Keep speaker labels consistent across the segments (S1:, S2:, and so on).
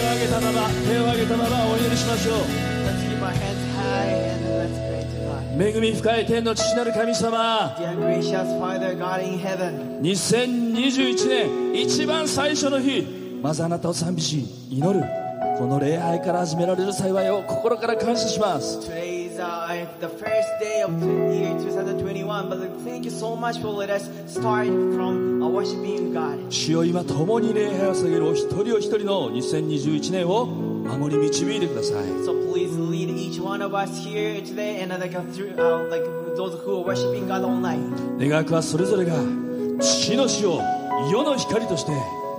S1: は手を挙げたままお祈りしましょう
S2: Let's keep our heads high and let's pray to God.
S1: 恵み深い天の父なる神様
S2: Dear gracious Father God in heaven,
S1: 2021年一番最初の日まずあなたを賛美し祈るこの礼拝から始められる幸いを心から感謝します
S2: today is uh, the first day of the year 2021, but thank you so much for let us start from uh, worshiping God.
S1: 主よ今共に礼拝を捧げるお一人お一人の2021年を守り導いてください
S2: So please lead each one of us here today and uh, like, uh, through, uh, like those who are worshiping God online.
S1: 願わくはそれぞれが父の死を世の光として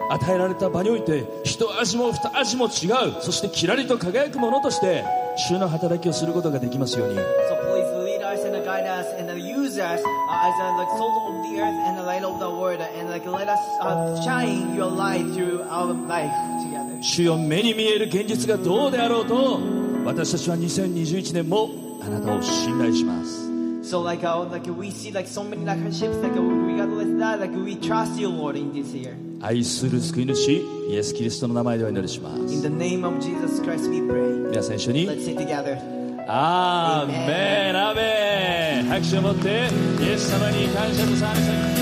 S1: 与えられた場において一味も二味も違うそしてきらりと輝くものとして主の働きをすることができますように
S2: So please lead us and uh, guide us and uh, use us uh, as uh, like salt of the earth and the light of the world and like let us uh, shine your light through our life together.
S1: 主よ目に見える現実がどうであろうと私たちは2021年もあなたを信頼します
S2: So like uh, like we see like so many like hardships like uh, regardless of that like we trust you Lord in this year.
S1: 愛する救い主イエス・キリストの名前でお祈りしま
S2: In
S1: す
S2: the name of Jesus Christ we pray.
S1: 皆さん一緒に
S2: Let's sing together.
S1: アーメンアーメン拍手を持ってイエス様に感謝と賛美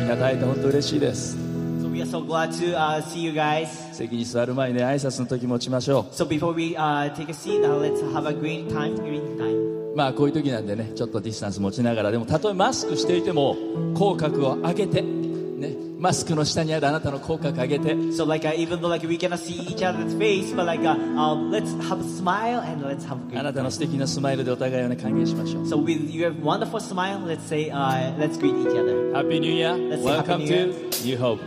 S1: みんな会えて本当嬉しいです
S2: So we are so glad to uh, see you guys.
S1: 席に座る前にね挨拶の時持ちましょ
S2: So before we uh, take a seat, uh, let's have a great time. Great time.
S1: うまあこういう時なんでねちょっとディスタンス持ちながらでもたとえマスクしていても口角を上げて、ね、マスクの下にあるあなたの口角上げて
S2: So like uh, even though like we cannot see each other's face, but like uh, uh, let's have a smile and let's have a
S1: あ
S2: great
S1: な
S2: time.
S1: たの素敵なスマイルでお互いをね歓迎しましょう
S2: So with your wonderful smile, let's say uh, let's greet each other.
S1: Happy New Year.
S2: Let's say
S1: Welcome
S2: Happy New
S1: to New Hope.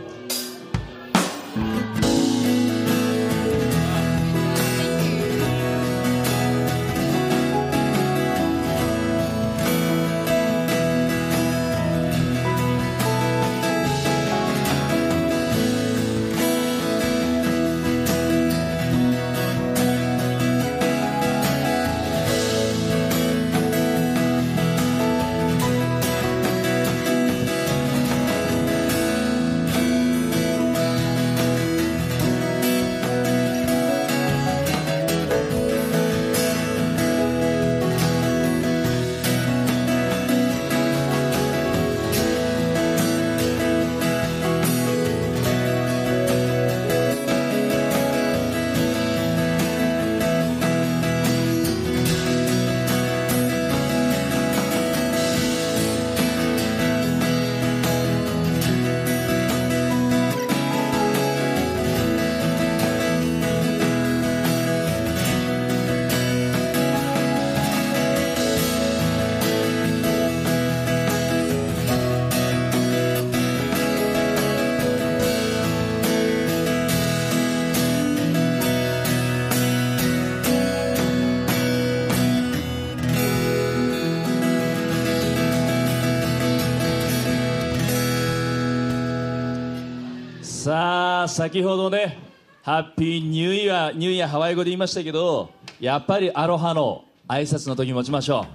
S1: さあ、先ほどね、ハッピーニューイヤー、ニューイヤーハワイ語で言いましたけど、やっぱりアロハの挨拶の時持ちましょ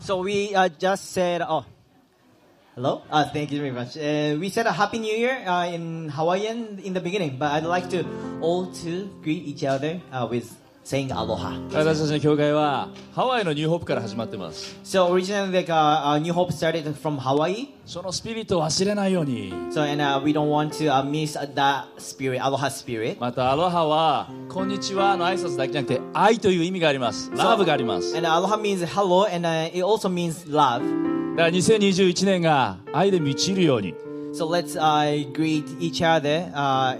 S2: So we uh, just said, oh, hello. Uh, thank you very much. Uh, we said a happy new year uh, in Hawaiian in the beginning, but I'd like to all to greet each other uh, with saying aloha.
S1: う。私たちの教会はハワイのニューホープから始まってます。
S2: So originally, like uh, uh, New Hope started from Hawaii.
S1: そのスピリットを忘れないように。
S2: So and uh, we don't want to uh, miss that spirit, aloha spirit.
S1: またアロハは、こんにちはの挨拶だけじゃなくて、愛という意味があります。ラブがあります。だ
S2: And aloha means hello, and uh, it also means love.
S1: から2021年が愛で満ちるように。
S2: So let's uh, greet each other uh,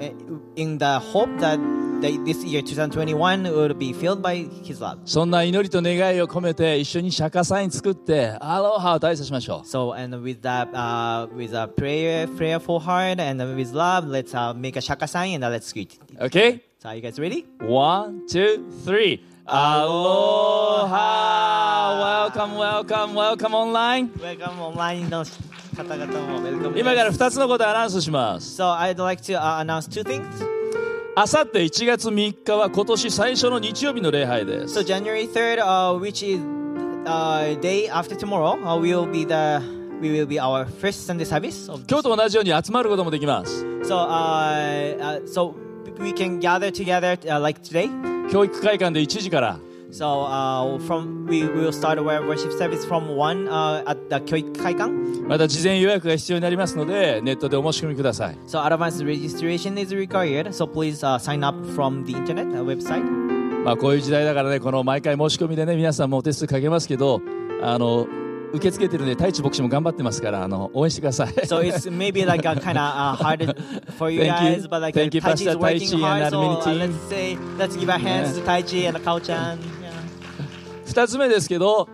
S2: in the hope that that this year 2021 will be filled by His love.
S1: そんな祈りと願いを込めて、一緒に釈迦サイン作って、アロハを挨拶しましょう。
S2: So and with that, uh, with a prayer, prayerful heart, and with love, let's uh, make a shaka sign and uh, let's greet.
S1: Okay?
S2: So are you guys ready?
S1: One, two, three. Aloha! Welcome, welcome, welcome online.
S2: Welcome online の方々も Welcome.
S1: 今から2つのことをアナウンスします。
S2: So I'd like to uh, announce two things.
S1: あさって1月3日は今年最初の日曜日の礼拝で
S2: So
S1: す。
S2: January 3rd, uh, which is uh, day after tomorrow, uh, will be the we will be our first Sunday service. Of
S1: 今日と同じように集まることもできます。
S2: so, uh, uh, so we can gather together uh, like today.
S1: 教育会館で1時から、
S2: So uh, from we will start our worship service from one uh, at the Kyoik Kaikan.
S1: また事前予約が必要になりますので、ネットでお申し込みください。
S2: So advanced registration is required. So please uh, sign up from the internet uh, website.
S1: まあ、こういう時代だからね、この毎回申し込みでね、皆さんもお手数かけますけど、あの、受け付けてるんで、太一牧師も頑張ってますから、あの、応援してください。
S2: So it's maybe like a kind of uh, hard for you
S1: Thank you.
S2: guys, but like
S1: Thank you,
S2: Tai Chi is
S1: Pastor Tai
S2: working
S1: Chi
S2: hard.
S1: and
S2: So uh,
S1: admin team.
S2: let's say let's give our hands to Tai Chi and Kao Chan. Yeah.
S1: 二つ目ですけど、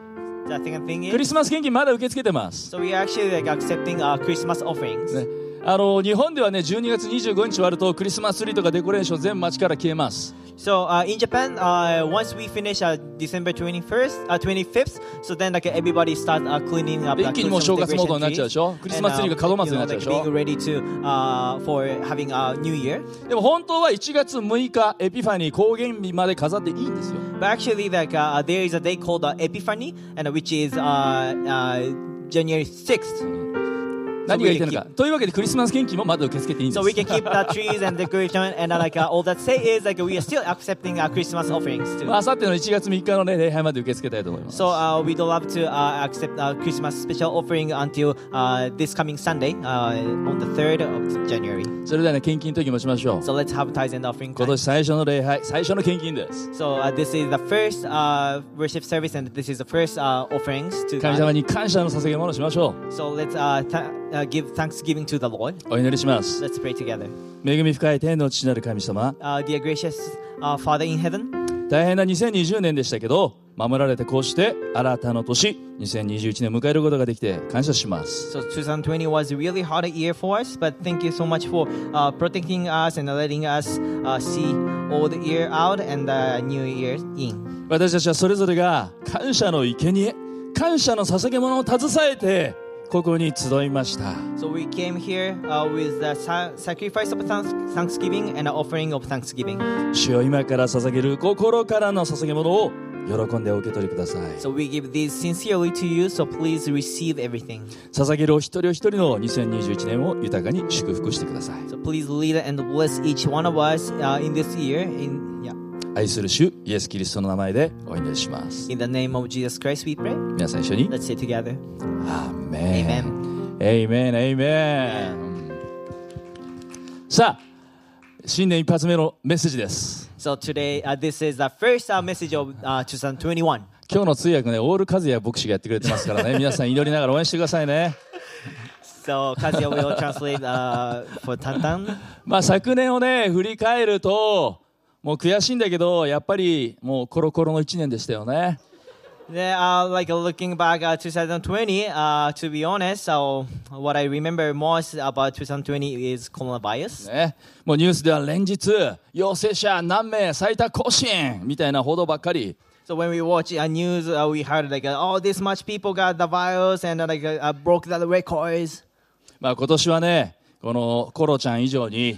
S2: The second thing
S1: クリ
S2: is,
S1: スマス献金まだ受け付けてます。
S2: so we are actually like accepting uh, Christmas offerings.
S1: ねあの日本ではね12月25日終わるとクリスマスツリーとかデコレーション全部街から消えます
S2: So uh, in Japan, uh, once we finish uh, December twenty first, uh, twenty fifth, so then like everybody starts uh, cleaning up.
S1: で
S2: like,
S1: 一気にもう
S2: Christmas
S1: 正月モードになっちゃうで
S2: decoration
S1: しょク
S2: trees
S1: リスマスツリー
S2: and,
S1: が
S2: uh,
S1: 門松
S2: you
S1: に
S2: know,
S1: なっちゃう
S2: like
S1: でしょ
S2: being ready to uh, for having a New Year.
S1: でも本当は1月6日エピファニー高原日まで飾っていいんですよ
S2: But actually, like uh, there is a day called uh, Epiphany, and which is uh, uh, January sixth.
S1: 何が言いたいのかというわけでクリスマス献金もまだ受け付けていいんで
S2: So
S1: す
S2: we can keep the trees and decoration, and uh, like uh, all that say is like we are still accepting uh, Christmas offerings
S1: まあ
S2: too.
S1: あさっての1月3日のね礼拝まで受け付けたいと思います
S2: So uh, we'd love to uh, accept uh, Christmas special offering until uh, this coming Sunday uh, on the third of January.
S1: それではね献金の時もしましょう
S2: So let's have tithes and offering.
S1: 今
S2: time.
S1: 年最初の礼拝最初の献金です
S2: So uh, this is the first uh, worship service, and this is the first uh, offerings to
S1: 神様
S2: God.
S1: に感謝の捧げ物をしましょ
S2: So let's uh, th- uh, give thanksgiving to the Lord.
S1: うお祈りします
S2: Let's pray together.
S1: 恵み深い天の父なる神様
S2: Uh, dear gracious uh, Father in heaven,
S1: 大変な2020年でしたけど守られてこうして新たな年2021年を迎えることができて感謝します
S2: so 2020 was a really hard year for us, but thank you so much for uh, protecting us and letting us uh, see all the year out and the new year in.
S1: 私たちはそれぞれが感謝の生贄感謝の捧げ物を携えてここに集いました
S2: So we came here uh, with the sa- sacrifice of thanks- thanksgiving and the offering of thanksgiving.
S1: 主よ今から捧げる心からの捧げ物を喜んでお受け取りください
S2: So we give these sincerely to you, so please receive everything.
S1: 捧げるお一人お一人の2021年を豊かに祝福してください
S2: So please lead and bless each one of us uh, in this year. In, yeah.
S1: 愛する主イエス・キリストの名前でお祈りします
S2: in the name of Jesus Christ, we pray.
S1: 皆さん一緒に
S2: Let's say together.
S1: アーメン。
S2: Amen.
S1: エイメン、エイメン。さあ、新年一発目のメッセージです。
S2: So today, uh, this is the first uh, message of uh, 2021.
S1: 今日の通訳ね、オールカズヤ牧師がやってくれてますからね、皆さん祈りながら応援してくださいね。
S2: So Kazuya will translate uh, for Tantan.
S1: まあ昨年をね、振り返ると、もう悔しいんだけど、やっぱりもうコロコロの1年でしたよね。
S2: Then, uh, like looking back at 2020, uh, to be honest, so what I remember most about 2020 is coronavirus.
S1: ねもうニュースでは連日、陽性者何名最多更新みたいな報道ばっかり。
S2: So when we watch uh, news, uh, we heard like, uh, oh, this much people got the virus and uh, like uh, uh, broke the records.
S1: まあ、今年はね、このコロちゃん以上に、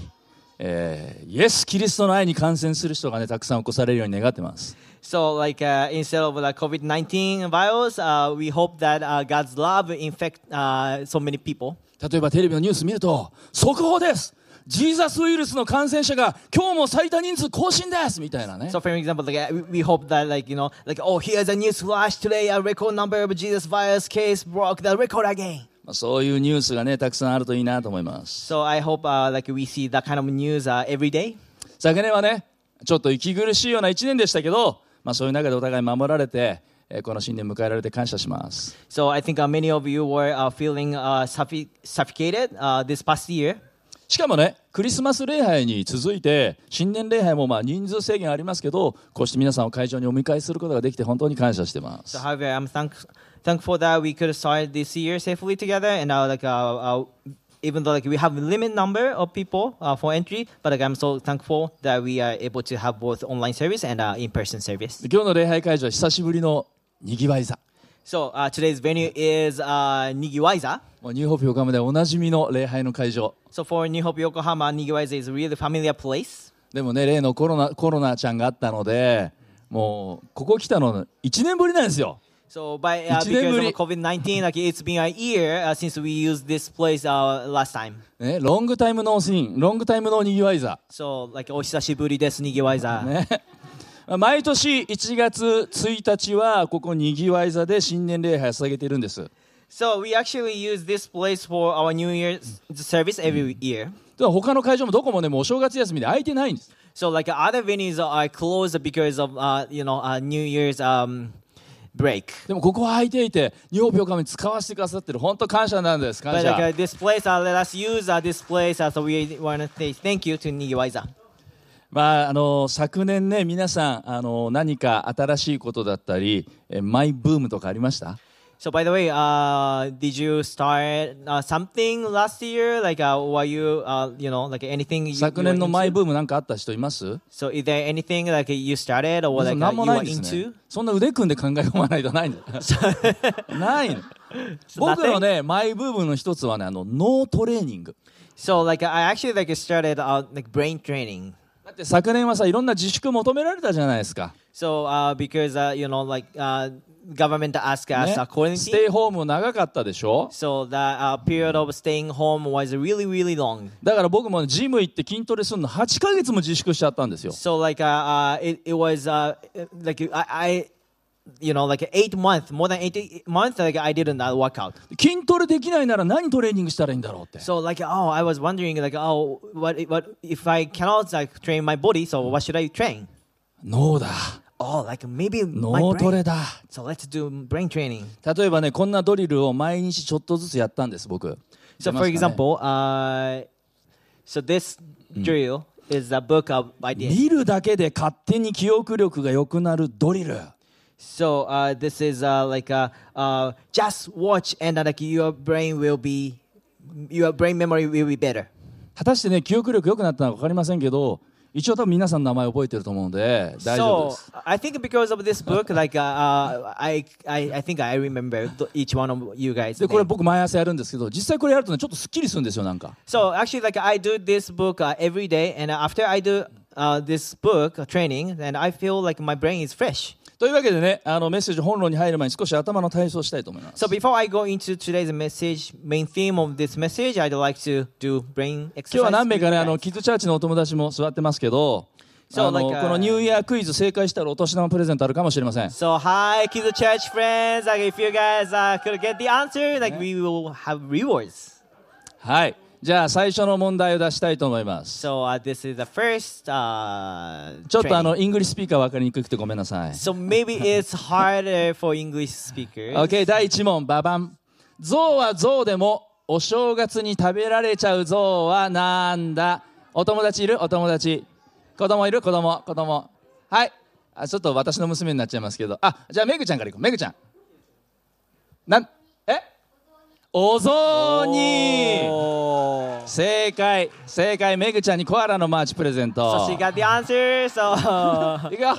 S1: えーイエス・キリストの愛に感染する人がね、たくさん起こされるように願ってます。
S2: So like uh, instead of the COVID-19 virus, uh, we hope that uh, God's love infect uh, so many people.
S1: 例えばテレビのニュース見ると、速報ですジーザスウイルスの感染者が今日も最多人数更新ですみたいなね
S2: So,。for example, like uh, we- we hope that, like you know, like oh, here's a news flash today. A record number of Jesus virus case broke the record again.
S1: まあ、そういうニュースがね、たくさんあるといいなと思います。
S2: So I hope, uh, like we see that kind of news uh, every day.
S1: 昨年はね、ちょっと息苦しいような1年でしたけど、まあ、そういう中でお互い守られて、えーこの新年迎えられて感謝します。
S2: So I think uh, many of you were uh, feeling uh, suffi- suffocated uh, this past year.
S1: しかもね、クリスマス礼拝に続いて、新年礼拝もまあ人数制限ありますけど、こうして皆さんを会場にお迎えすることができて本当に感謝してま
S2: So,
S1: す。
S2: however, I'm thank- thankful that we could start this year safely together, and uh, like uh, uh, even though like we have a limit number of people uh, for entry, but like I'm so thankful that we are able to have both online service and uh, in-person service.
S1: 今日の礼拝会場は久しぶりのにぎわい座。
S2: So uh, today's venue is uh, Nigiwaiza.
S1: もうニューホープ横浜でおなじみの礼拝の会場。
S2: So for New Hope Yokohama, Nigiwaiza is a really familiar place.
S1: でもね、例のコロナ、コロナちゃんがあったので、もう、ここ来たの1年ぶりなんですよ。
S2: So by uh,
S1: 一年ぶり
S2: because of COVID nineteen, like it's been a year uh, since we used this place uh, last time.
S1: ね、ロングタイムノーシーン、ロングタイムノーにぎわい座。
S2: So like お久しぶりですにぎわいざ。
S1: ね、 まあ毎年1月1日はここにぎわい座で新年礼拝を捧げているんです。
S2: So we actually use this place for our New Year's service every year.
S1: では他の会場もどこもね、もうお正月休みで空いてないんです。
S2: So like other venues are closed because of uh, you know uh, New Year's um, break.
S1: でもここは空いていて、曜日を神に使わせてくださってる。本当感謝なんです。感
S2: But like uh,
S1: 謝。
S2: this place, uh, let us use uh, this place. Uh, so we want to say thank you to Nigiwaiza.
S1: まあ、あの、昨年ね、皆さん、あの、何か新しいことだったり、えマイブームとかありました
S2: So by the way, uh, did you start uh, something last year? Like uh, were you uh, you know like anything? You, you
S1: 昨
S2: were
S1: 年のマイ
S2: into?
S1: ブームなんかあった人います
S2: So is there anything like you started or
S1: そ
S2: like
S1: ん
S2: uh,
S1: なんも
S2: you
S1: ない
S2: were
S1: んですね
S2: into?。
S1: そんな腕組んで考え込まないとないんだ。ない の。僕のね、マイブームの一つはね、あの、脳トレーニング。
S2: So like I actually like started uh, like brain training.
S1: だって昨年はさ、いろんな自粛求められたじゃないですか。
S2: So uh, because uh, you know like uh, government asked us
S1: ね
S2: uh, quarantine.
S1: ステイホーム長かったでしょ
S2: So the uh, period of staying home was really, really long.
S1: だから僕もねジム行って筋トレするの8ヶ月も自粛しちゃったんですよ。
S2: So like uh, uh it, it was uh like I, I you know like eight months more than eight months like I didn't uh, work out.
S1: 筋トレできないなら何トレーニングしたらいいんだろうって。
S2: So like oh I was wondering like oh what what if I cannot like train my body so what should I train?
S1: 脳だ。
S2: Oh like maybe my
S1: 脳ト
S2: brain.
S1: レだ。
S2: So let's do brain training.
S1: 例えばね、こんなドリルを毎日ちょっとずつやったんです、僕。
S2: So
S1: 出ますか
S2: for
S1: ね
S2: example, uh so this drill is a book of idea.
S1: 見るだけで勝手に記憶力が良くなるドリル。
S2: So uh, this is uh, like uh, uh, just watch and uh, like your brain will be your brain memory will be better.
S1: 果たしてね、記憶力良くなったのか分かりませんけど、一応多分皆さんの名前覚えてると思うので、大丈夫で
S2: So
S1: す。
S2: I think because of this book, like uh, uh, I, I I think I remember th- each one of you guys.
S1: で、これ
S2: name.
S1: 僕毎朝やるんですけど、実際これやるとね、ちょっとスッキリするんですよ、なんか。
S2: So actually, like I do this book uh, every day, and after I do uh, this book uh, training, then I feel like my brain is fresh.
S1: というわけでね、あのメッセージ本論に入る前に少し頭の体操をしたいと思います。
S2: So before I go into today's message, main theme of this message, I'd like to do brain
S1: 今
S2: exercise.
S1: 日は何名 かね、あ
S2: with you
S1: の
S2: guys.
S1: キッズチャーチのお友達も座ってますけど、
S2: So,
S1: あの
S2: like, uh,
S1: このニューイヤークイズ正解したらお年玉プレゼントあるかもしれません。
S2: So hi, Kids Church friends. Like if you guys uh, could get the answer, like we will have rewards.
S1: はい。じゃあ最初の問題を出したいと思います。
S2: So uh, this is the first. Uh,
S1: ちょっとあ
S2: training.
S1: のイングリッシュスピーカー分かりにくくてごめんなさい。
S2: So maybe it's harder for English speakers.
S1: OK、第1問、ババン。象は象でもお正月に食べられちゃう象はなんだお友達いるお友達。子供いる子供、子供。はい。あちょっと私の娘になっちゃいますけど。あ、じゃあメグちゃんからいこう。メグちゃん。なん、えお雑煮
S2: Oh.
S1: 正解。正解。メグちゃんにコアラのマーチプレゼント。
S2: So she got the answer. So
S1: いくよ。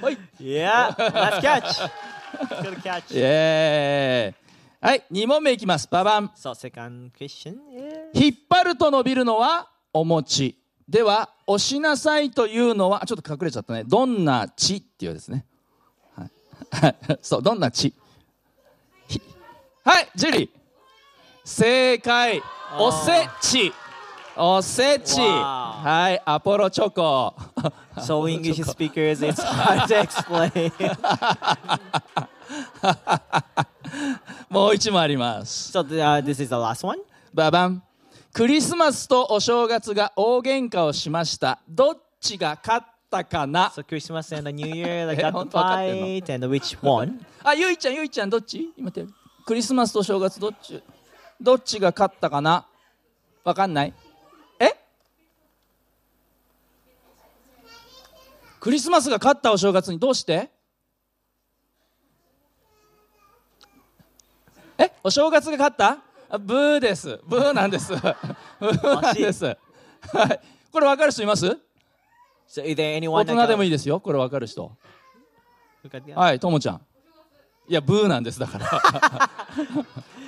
S1: ほい。
S2: yeah, nice catch. Good catch.
S1: イエーイ。はい。2問目いきます。ババン。
S2: So second question is
S1: 引っ張ると伸びるのはお餅では押しなさいというのはあちょっと隠れちゃったねどんな地っていうですね、はい、 そうどんな地ひはいジュリー正解おせちおせち
S2: わー
S1: はいアポロチョコ
S2: so English speakers. It's hard to explain.
S1: もう一問あります
S2: so the, uh, this is the last one.
S1: ババンクリスマスとお正月が大喧嘩をしましたどっちが勝ったかな
S2: So Christmas and the New Year, like
S1: え、
S2: got the
S1: 本当わかってんの？
S2: fight and which one?
S1: あ、ゆいちゃん、ゆいちゃん、どっち今手をクリスマスと正月、どっちどっちが勝ったかなわかんないえクリスマスが勝ったお正月にどうしてえお正月が勝ったあブーです。ブーなんです。ブーなんです。はい。これわかる人います
S2: So is there
S1: 大
S2: anyone
S1: 人でもいい
S2: got-
S1: ですよ。これわかる人。
S2: who got the-
S1: はい、ともちゃん。いや、ブーなんです、だから。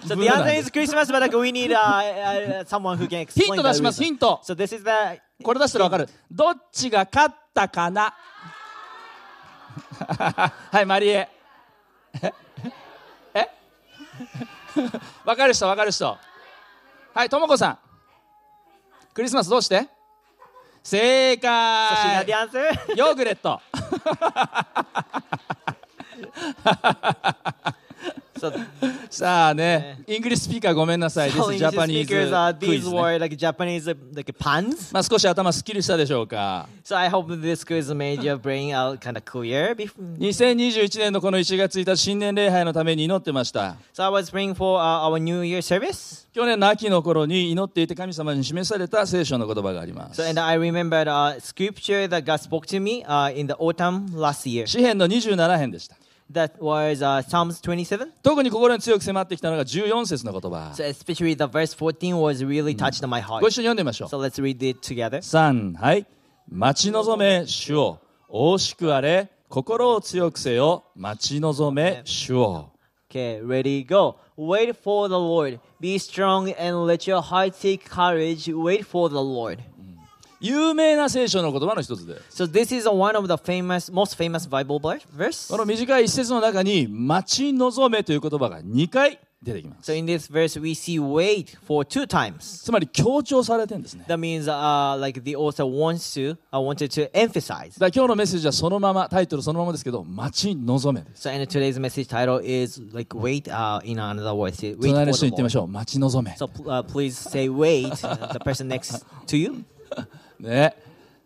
S2: So
S1: ブー
S2: the
S1: なん
S2: answer
S1: です
S2: is Christmas, but like we need uh, uh, someone who
S1: ヒ
S2: can
S1: ン
S2: explain.
S1: ト
S2: the
S1: 出します、ヒ
S2: reason.
S1: ント。
S2: So this is the
S1: これ出したらわかる。どっちが勝った かなはい、マリエ。 わかる人わかる人はいともこさんクリスマスどうして正
S2: So she got
S1: 解
S2: the answer.
S1: ヨーグレット
S2: so
S1: さあねイングリッシュスピーカーごめんなさい
S2: so
S1: This is
S2: English
S1: Japanese
S2: speakers, uh,
S1: クイ
S2: these
S1: ズね
S2: were like Japanese uh, like puns.
S1: まあ少し頭すっきりしたでしょうか
S2: So I hope this quiz made your brain out kind of clear. bef-
S1: 2021年のこの1月1日新年礼拝のために祈ってました
S2: So I was praying for uh, our New Year service.
S1: 去年の秋の頃に祈っていて神様に示された聖書の言葉があります
S2: So and I remembered uh, scripture that God spoke to me uh, in the autumn last year.
S1: 詩編の27編でした
S2: That was uh, Psalms 27.
S1: 特に心に強く迫ってきたのが14節の言葉
S2: So especially the verse 14 was really touched on my
S1: ご
S2: heart.
S1: 一緒に読んでみましょう
S2: So let's read it together.
S1: 3はい待ち望め主を大しくあれ心を強くせよ待ち望め主を
S2: Okay, ready, go. Wait for the Lord. Be strong and let your heart take courage. Wait for the Lord.
S1: 有名な聖書の言葉の一つで
S2: So this is one of the famous, most famous Bible ver- verse.
S1: この短い一節の中に待ち望めという言葉が2回出てきます
S2: So in this verse, we see wait for two times.
S1: つまり強調されてるんですね
S2: That means, uh, like the author wants to, I wanted to emphasize.
S1: だから今日のメッセージはそのままタイトルそのままですけど待ち望めです
S2: So and today's message title is like wait. Uh, in another word, say, wait
S1: 隣
S2: for
S1: の人
S2: the
S1: に言ってみま
S2: Lord.
S1: しょう待ち望め
S2: So pl- uh, please say wait. uh, the person next to you.
S1: ね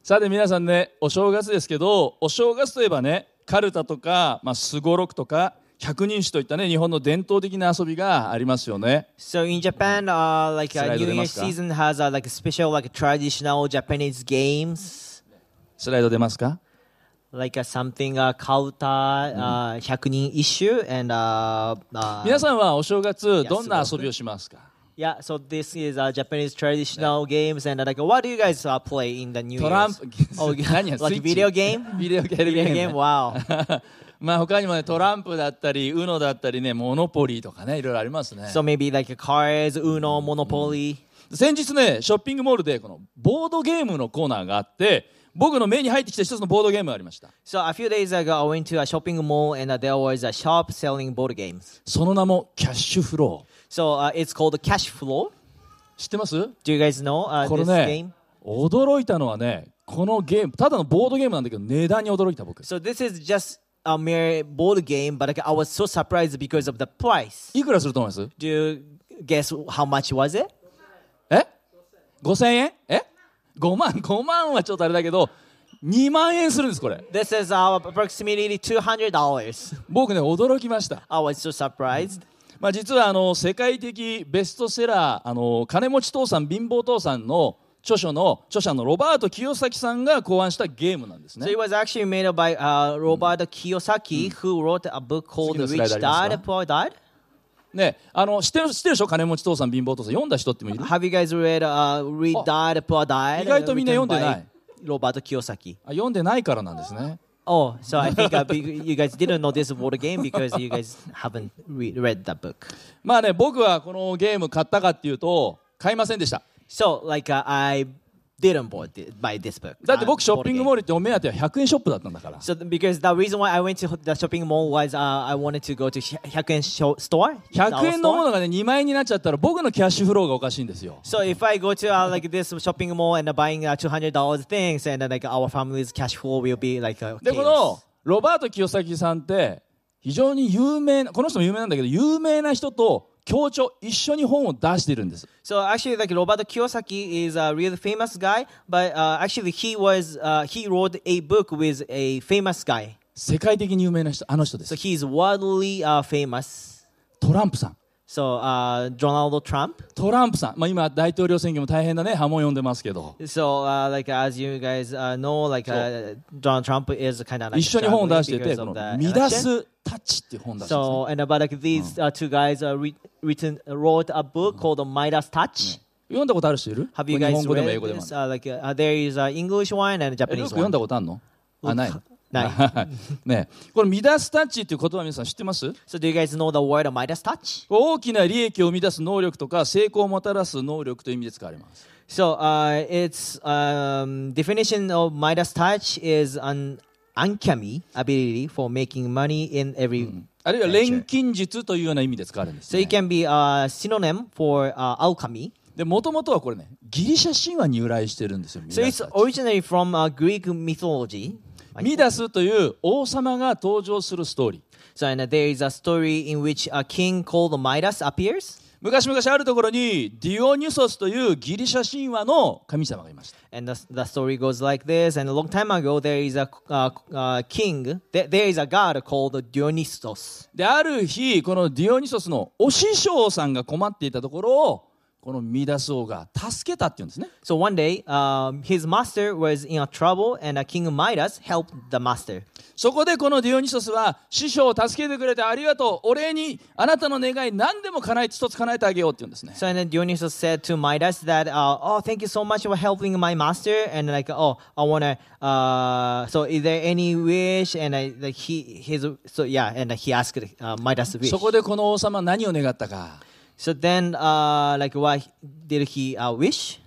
S1: さて皆さんねお正月ですけどお正月といえばねカルタとかまあすごろくとか百人一首といったね日本の伝統的な遊びがありますよね
S2: So in Japan, uh, like uh,
S1: Slide
S2: New Year
S1: 出ますか？
S2: season has uh, like a special like traditional Japanese games,
S1: スライド出ますか
S2: like uh, something uh, kauta, uh, hyakunin issue, and uh, uh,
S1: 皆さんはお正月どんな
S2: す
S1: 遊
S2: ごく
S1: びをしますか
S2: yeah. So this is uh, Japanese traditional games, and uh, like what do you guys uh, play in the New
S1: トランプ
S2: Year's? Oh,
S1: 何や
S2: like
S1: スイッチ
S2: video game?
S1: ビデオゲーム
S2: Video game? Wow.
S1: まあ他にもねトランプだったり UNO だったりねモノポリーとかねいろいろありますね
S2: so maybe like cards, Uno, Monopoly.
S1: 先日ねショッピングモールでこのボードゲームのコーナーがあって僕の目に入ってきた一つのボードゲームがありました
S2: So a few days ago, I went to a shopping mall, and uh, there was a shop selling board games.
S1: その名もキャッシュフロー
S2: So uh, it's called Cash Flow.
S1: 知ってます
S2: Do you guys know uh,
S1: これ
S2: this
S1: ね
S2: game?
S1: 驚いたのはねこのゲームただのボードゲームなんだけど値段に驚いた僕
S2: So this is just a mere board game, but like, I was so surprised because of the price.
S1: いくらすると思います
S2: Do you guess how much was it?
S1: え5000円え5万5万はちょっとあれだけど2万円するんですこれ
S2: This is uh, approximately two hundred dollars.
S1: 僕ね驚きました、
S2: I was so surprised.
S1: まあ、実はあの世界的ベストセラーあの金持ち父さん貧乏父さんの著書の著者のロバート清崎さんが考案したゲームなんです
S2: So
S1: ね
S2: it was actually made by uh, Robert Kiyosaki, who wrote a book called
S1: 次のスライド
S2: Rich
S1: ありますか？
S2: Dad Poor Dad.
S1: ねあの知ってる知ってるでしょ金持ち父さん貧乏父さん読んだ人ってもいる
S2: Have you guys read uh, Rich
S1: あ、
S2: Dad Poor Dad?
S1: 意外とみんな読んでない。
S2: written by Robert Kiyosaki.
S1: あ読んでないからなんですね
S2: Oh, so I think uh, be- you guys didn't know this board game because you guys haven't re- read that book.
S1: まあね僕はこのゲーム買ったかっていうと買いませんでした
S2: So, like, uh, I didn't bought thi- buy this book.
S1: だって
S2: Uh,
S1: 僕ショッピングモール
S2: board game.
S1: 行ってお目当ては100円ショップだったんだから
S2: So, th- because the reason why I went to the shopping mall was uh, I wanted to go to hi- 100 sho- store.
S1: 100
S2: dollar
S1: 円のも
S2: store.
S1: のがね2万円になっちゃったら僕のキャッシュフローがおかしいんですよ
S2: So if I go to uh, like this shopping mall and uh, buying uh, two hundred dollars things, and uh, like our family's cash flow will be like uh,
S1: でこの
S2: chaos.
S1: ロバート清崎さんって非常に有名なこの人も有名なんだけど有名な人と協調一緒に本を出してるんです
S2: So actually, like Robert Kiyosaki is a really famous guy, but uh, actually he was uh, he wrote a book with a famous guy.
S1: 世界的に有名な人あの人です
S2: So he's worldly uh, famous.
S1: トランプさん
S2: So uh, Donald Trump.
S1: トランプさん、まあ、今大統領選挙も大変だね波紋読んでますけど
S2: So, uh, like as you guys uh, know, like uh, Donald Trump is kind of like
S1: 一緒に本を出して
S2: struggling
S1: て
S2: because
S1: この「
S2: of the
S1: 乱
S2: election.
S1: すタッチ」っていう本を出してるんですね
S2: So, and about like these uh, two guys uh, re- written wrote a book called Midas Touch.
S1: 読んだことある人いる
S2: Have
S1: こ
S2: you
S1: れ日
S2: guys
S1: 本語でも英
S2: read
S1: 語でもあ
S2: this?
S1: る
S2: Uh, like uh, there is an English one and a
S1: えルー
S2: Japanese
S1: ク読ん
S2: one.
S1: だことあるのあない
S2: Nine.
S1: ねこれ「乱すタッチ」っていう言葉皆さん知ってます
S2: So, do you guys know the word Midas Touch?
S1: 大きな利益を生み出す能力とか成功をもたらす能力という意味で使われます
S2: So, uh, its um, definition of Midas Touch is an uncanny ability for making money in every
S1: あるいは錬金術というような意味で使われるんです
S2: So it can be a synonym for uh, alchemy.
S1: で元々はこれねギリシャ神話に由来してるんですよミ
S2: So
S1: ダ
S2: it's
S1: スたち
S2: originally from uh, Greek mythology.
S1: ミダスという王様が登場するストーリー
S2: So and there is a story in which a king called Midas appears.
S1: 昔々あるところにディオニュソスというギリシャ神話の神様がいました
S2: And the, the story goes like this. And a long time ago, there is a uh, uh, king, there, there is a god called Dionysus.
S1: である日このディオニュソスのお師匠さんが困っていたところをこのミダス王が助けたっていうんですね
S2: So one day, um, his master was in a trouble, and a king Midas helped the master.
S1: そこでこのディオニソスは師匠を助けてくれてありがとうお礼にあなたの願い何でも叶え一つ叶えてあげようって言うんですね
S2: So and then Dionysus said to Midas that, uh, "Oh, thank you so much for helping my master." And like, "Oh, I wanna." Uh, so is there any wish? And I, like he his so yeah, and he asked uh, Midas wish.
S1: そこでこの王様は何を願ったか
S2: So then, uh, like, what did he uh, wish?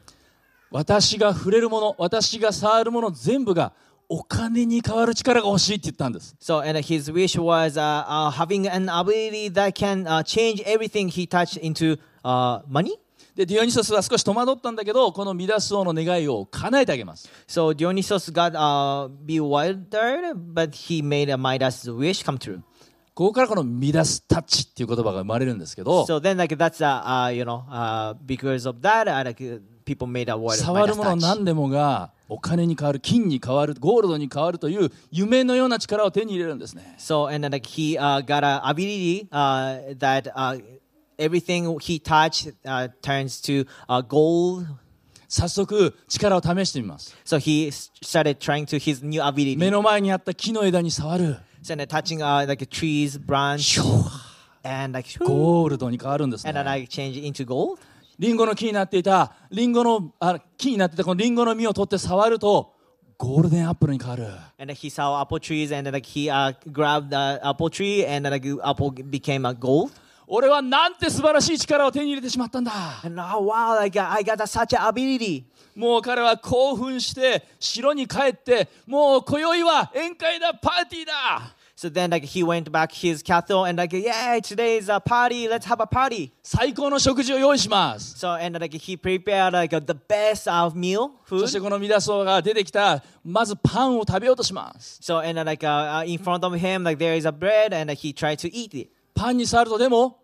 S1: 私が触れるもの私が触るもの全部がお金に変わる力が欲しいって言ったんです
S2: So, and his wish was uh, uh, having an ability that can uh, change everything he touched into uh, money.
S1: でディオニソスは少し戸惑ったんだけどこのミダス王の願いを叶えてあげます
S2: So Dionysus got uh, bewildered, but he made uh, Midas' wish come true.
S1: ここからこのミダスタッチっていう言葉が生まれるんですけど
S2: So then, like, that's uh, uh you know, uh, because of that, uh, like, uh, people made a word.
S1: 触る
S2: Midas
S1: もの
S2: touch.
S1: 何でもがお金に変わる金に変わるゴールドに変わるという夢のような力を手に入れるんですね
S2: So and then, like, he uh, got a ability uh, that uh, everything he touched uh, turns to uh, gold.
S1: 早速力を試してみます
S2: So he s- started trying to his new ability.
S1: 目の前にあった木の枝に触る
S2: So and then touching uh, like a trees branch
S1: ひょー
S2: and like shoo,
S1: ゴールドに変わるんです
S2: and then
S1: ね
S2: I change it into gold.
S1: リンゴの木になっていたリンゴのあ木になってたこのリンゴの実を取って触るとゴールデンアップルに変わる
S2: And then he saw apple trees and then like he uh, grabbed the apple tree and then like apple became a gold.
S1: 俺はなんて素晴らしい力を手に入れてしまったんだ
S2: And oh wow, like I got such an ability.
S1: もう彼は興奮して城に帰ってもう今宵は宴会だパーティーだ
S2: So then like he went back his castle and like yeah, today's a party. Let's have a party.
S1: 最高の食事を用意します
S2: So and like he prepared like the best of meal
S1: そして
S2: food.
S1: このミダソウが出てきたまずパンを食べようとします
S2: So and like uh, uh, in front of him like there is a bread and like, he tried to eat it.
S1: パンに触るとでも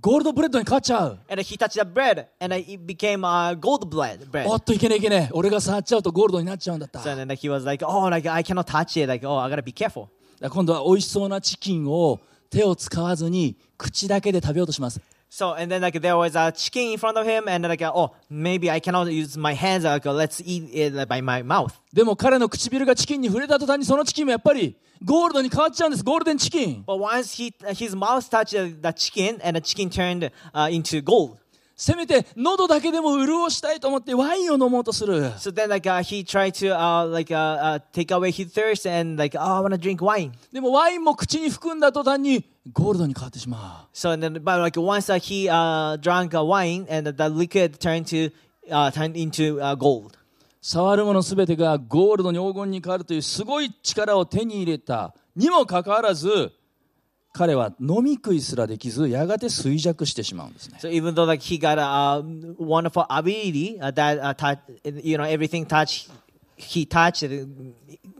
S1: ゴールドブレッドに変わっちゃう
S2: And like, he touched the bread and like, it became uh, gold bread. bread.
S1: おっといけねえいけねえ俺が触っちゃうとゴールドになっちゃうんだった
S2: So
S1: だか
S2: and then like, he was like, oh, like I cannot touch it. Like, oh, I gotta be careful.
S1: ら今度は美味しそうなチキンを手を使わずに口だけで食べようとします
S2: So and then like there was a chicken in front of him, and like oh, maybe I cannot use my hands. Like uh, let's eat it like, by my mouth.
S1: でも彼の唇がチキンに触れた途端にそのチキンもやっぱりゴールドに変わっちゃうんですゴールデンチキン
S2: But once he his mouth touched uh, the chicken, and the chicken turned uh, into gold.
S1: せめて喉だけでも潤したいと思ってワインを飲もうとする
S2: So then like uh, he tried to uh, like uh, uh, take away his thirst, and like oh, I want to drink wine.
S1: でもワインも口に含んだ途端にゴールドに変わってしま
S2: So and then but like once uh, he uh, drank uh, wine, and the liquid turned to uh, turned into uh, gold.
S1: う触るもの全てがゴールドに黄金に変わるというすごい力を手に入れたにもかかわらず彼は飲み食いすらできずやがて衰弱してしまうんですね
S2: So even though like he got a um, wonderful ability uh, that uh, touch, you know everything touch he touched uh,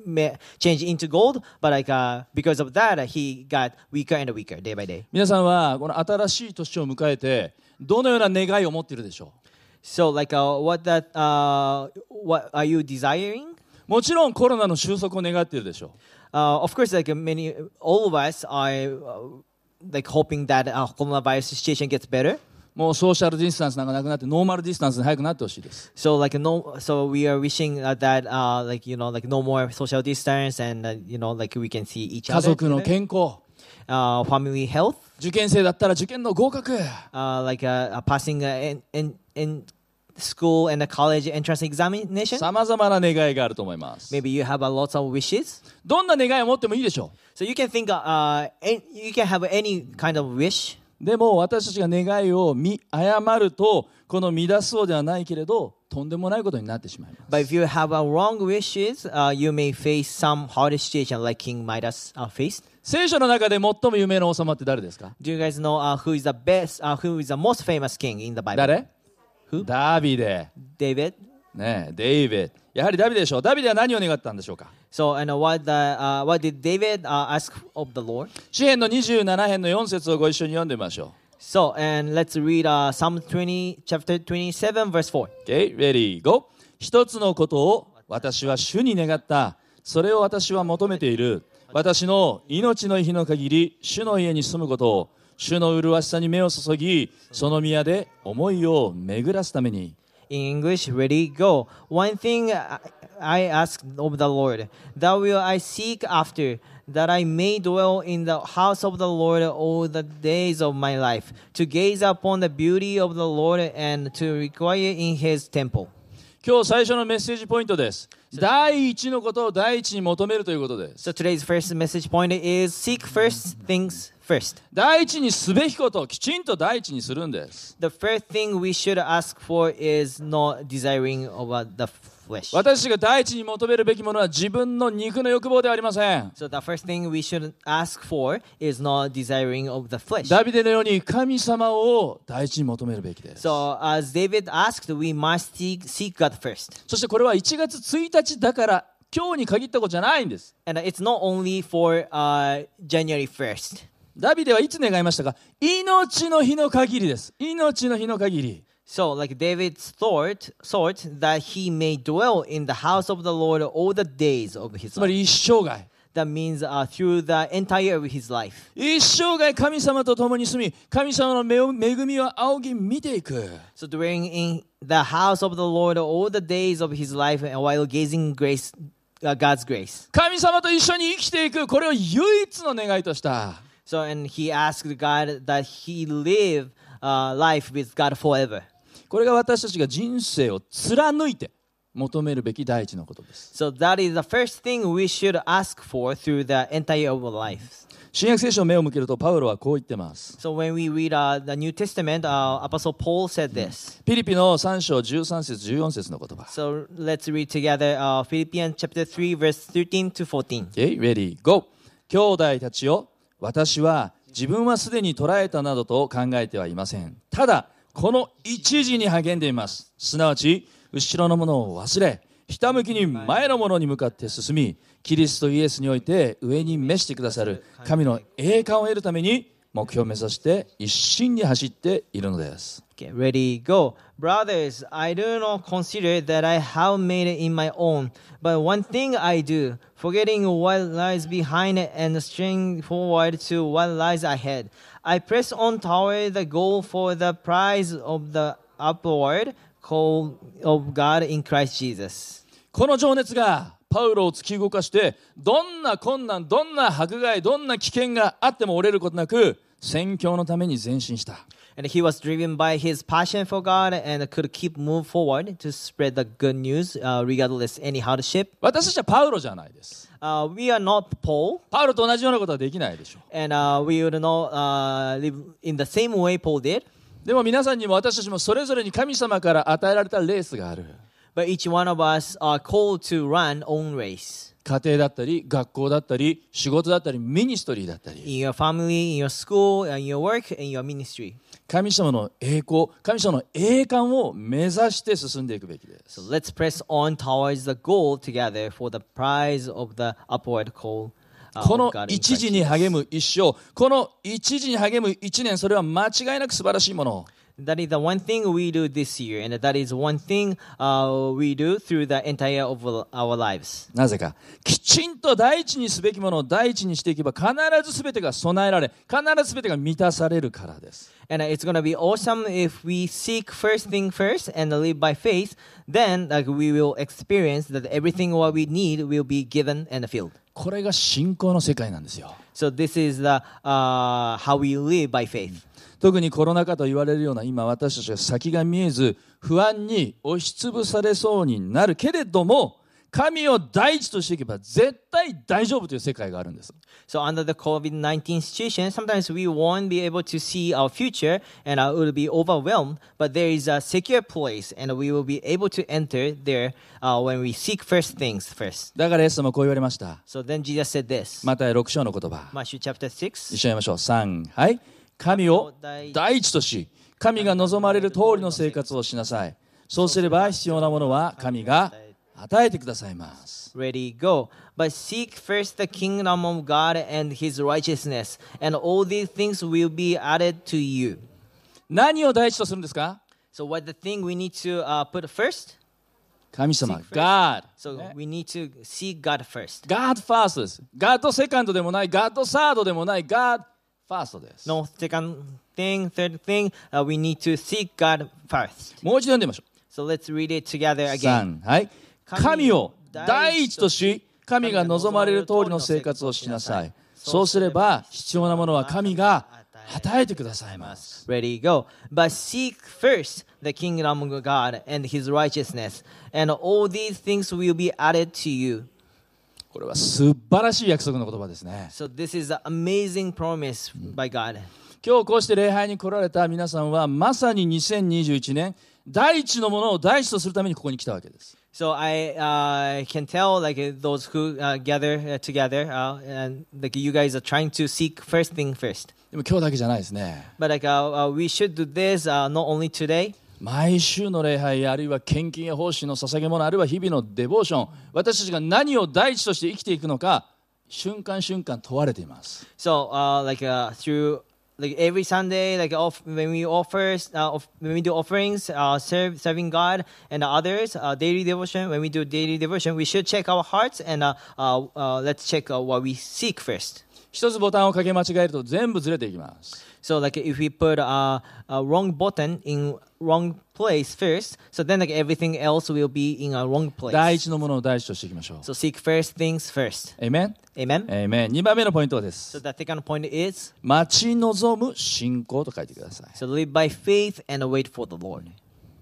S2: ma- changed into gold, but like uh, because of that uh, he got weaker and weaker day by day.
S1: 皆さんはこの新しい年を迎えてどのような願いを持っているでしょ
S2: So like uh, what that uh, what are you desiring?
S1: うもちろんコロナの収束を願っているでしょう
S2: Uh, of course, like many all of us are uh, like hoping that uh, coronavirus situation gets better.
S1: もうソーシャルディスタンスなんかなくなってノーマルディスタンスに早くなってほしいです
S2: So like no, so we are wishing uh, that uh, like you know like no more social distance and uh, you know like we can see each
S1: 家
S2: other,
S1: 族の健康
S2: uh, family health,
S1: 受験生だったら受験の合格
S2: uh, like uh, uh, passing uh, in, in in school and a college entrance examination.
S1: さまざまな願いがあると思います
S2: Maybe you have a lot of wishes,
S1: どんな願いを持ってもいいでしょ
S2: so you can think uh, uh an- you can have any kind of wish.
S1: うでも私たちが願いを見誤るとこの乱そうではないけれどとんでもないことになってしまいます
S2: But if you have uh, wrong wishes, uh, you may face some hard situation like King Midas uh, faced.
S1: 聖書の中で最も有名な王様って誰ですか
S2: Do you guys know uh, who is the best, uh, who is the most famous king in the Bible?
S1: 誰
S2: Who?
S1: ダビデ
S2: David.
S1: ねえデイビッドやはりダビデでしょうダビデは何を願ったんでしょうか
S2: So, and uh, what the uh, what did David uh, ask of the Lord?
S1: 詩篇の27編の4節をご一緒に読んでみましょ
S2: So, and let's read uh, Psalm 20, chapter 27, verse 4.
S1: う OK ready go 一つのことを私は主に願ったそれを私は求めている私の命の日の限り主の家に住むことを主の麗しさに目を注ぎその宮で思いを巡らすために
S2: In English, ready, go. One thing I I ask of the Lord, that will I seek after, that I may dwell in the house of the Lord all the days of my life, to gaze upon the beauty of the Lord and to require in his temple.
S1: 今日最初のメッセージポイントです。第一のことを第一に求めるということです。
S2: So today's first message point is seek first things first.
S1: 第一にすべきことをきちんと第一にするんです。
S2: The first thing we should ask for is not desiring over the flesh.
S1: 私が第一に求めるべきものは自分の肉の欲望ではありません。
S2: So the first thing we should ask for is not desiring of the flesh.
S1: ダビデのように神様を第一に求めるべきです。
S2: So, as David asked, we must seek, seek God first.
S1: そしてこれは1月1日だから今日に限ったことじゃないんです。
S2: And it's not only for uh, January 1st.
S1: ダビデはいつ願いましたか命の日の限りです。命の日の限り。
S2: So, like David's thought, thought that he may dwell in the house of the Lord all the days of his
S1: つま
S2: life.
S1: り一生涯。
S2: That means uh, through the entire of his life.
S1: 一生涯神様と共に住み神様の恵み恵みを仰ぎ見ていく
S2: So, dwelling in the house of the Lord all the days of his life, and while gazing grace, uh, God's grace.
S1: 神様と一緒に生きていくこれを唯一の願いとした
S2: So, and he asked God that he live uh, life with God forever.
S1: これが私たちが人生を貫いて求めるべき第一のことです
S2: So that is the first thing we should ask for through the entire of our lives.
S1: 新約聖書を目を向けるとパウロはこう言ってます
S2: So when we read uh, the New Testament, uh, Apostle Paul said this.
S1: ピリピの3章13節14節の言葉
S2: So let's read together uh, Philippians chapter 3, verse 13 to 14.
S1: OK ready go 兄弟たちよ私は自分はすでに捉えたなどと考えてはいませんただこの一時に励んでいますすなわち後ろのものを忘れひたむきに前のものに向かって進みキリストイエスにおいて上に召してくださる神の栄冠を得るために目標を目指して一心に走っているのです
S2: Okay, ready, go. Brothers, I do not consider that I have made it in my own, but one thing I do, forgetting what lies behind and straining forward to what lies ahead, I press on toward the goal for the prize of the upward call of God in Christ Jesus.
S1: この情熱がパウロを突き動かしてどんな困難どんな迫害どんな危険があっても折れることなく宣教のために前進した
S2: And he was driven by his passion for God and could keep move forward to spread the good news uh, regardless any hardship.
S1: 私たちはパウロじゃないです
S2: Uh, we are not Paul.
S1: パウロと同じようなことはできないでしょ
S2: and uh, we would not uh, live in the same way Paul did.
S1: うでも皆さんにも私たちもそれぞれに神様から与えられたレースがある
S2: But each one of us are called to run own race
S1: 家庭だったり学校だったり仕事だったりミニストリーだった
S2: in
S1: り
S2: your family, in your school, uh, in your work, in your ministry.
S1: 神様の栄光神様の栄冠を目指して進んでいくべきです
S2: So let's press on towards the goal together for the prize of the upward call. uh,
S1: こ
S2: of
S1: の
S2: God in
S1: 一
S2: Christ
S1: 時に
S2: Jesus.
S1: 励む一生、この一時に励む一年、それは間違いなく素晴らしいもの。
S2: That is the one thing we do this year, and that is one thing uh, we do through the entire of our lives.
S1: なぜか、きちんと第一にすべきものを第一にしていけば、必ずすべてが備えられ、必ずすべてが満たされるからです。
S2: And it's gonna be awesome if we seek first thing first and live by faith. Then, like we will experience that everything what we need will be given and filled.
S1: これが信仰の世界なんですよ。
S2: So this is the uh, how we live by faith.
S1: 特にコロナ禍と言われるような今私たちが先が見えず不安に押しつぶされそうになるけれども神を第一としていけば絶対大丈夫という世界があるんです。
S2: So under the COVID-19 situation, sometimes we won't be able to see our future and uh, we'll be overwhelmed, but there is a secure place and we will be able to enter there uh, when we seek first things first.
S1: だからイエス様はこう言われました。
S2: So then Jesus said this.
S1: マタイ6章の言葉。
S2: Matthew chapter 6.
S1: 一緒にやりましょう。3、はい。神を第一とし、神が望まれる通りの生活をしなさい。そうすれば必要なものは神が与えてくださいます。
S2: Ready, go. But seek first the kingdom of God and his righteousness, and all these things will be added to you.
S1: 何を第一とするんですか
S2: So, what the thing we need to uh, put first?
S1: 神様、God。
S2: So, we need to seek God first.
S1: God first です。God セカンドでもない、God サードでもない、God first です。
S2: No second thing, third thing. Uh, we need to seek God first.
S1: もう一度読んでみましょう。
S2: So, let's read it together again.
S1: 三はい、
S2: 神
S1: 神
S2: を
S1: を第一とし神が望まれる通りの生活をしなさいそうすれば必要なものは神が与えてくださいます
S2: Ready, go. But seek first the kingdom of God and his righteousness, and all these things will be added to you.
S1: これは素晴らしい約束の言葉ですね
S2: So this is an amazing promise by God.
S1: 今日こうして礼拝に来られた皆さんはまさに2021年第一のものを第一とするためにここに来たわけです
S2: So I uh, can tell like uh, those who uh, gather uh, together, uh, and like you guys are trying to seek first thing first.
S1: でも今日だけじゃないですね
S2: But like uh, uh, we should do this uh, not only today.
S1: 毎週の礼拝あるいは献金や奉仕の捧げ物あるいは日々のデボーション私たちが何を第一として生きていくのか瞬間瞬間問われています
S2: So uh, like uh, through like every Sunday, like off, when we offer, uh, of, when we do offerings, uh, serve, serving God and others, uh, daily devotion. When we do daily devotion, we should check our hearts and uh, uh, uh, let's check uh, what we seek first.
S1: 一つボタンをかけ間違えると全部ずれていきます。
S2: So like if we put a, a wrong button in wrong place first, so then like everything else will be in a wrong
S1: 第
S2: place.
S1: 一のものを第一としていきましょう。
S2: So seek first things first.
S1: エイメン
S2: Amen.
S1: エイメン。2番目のポイントで
S2: So
S1: す。
S2: the second point is
S1: 待ち望む信仰と書いてください。
S2: so live by faith and wait for the Lord.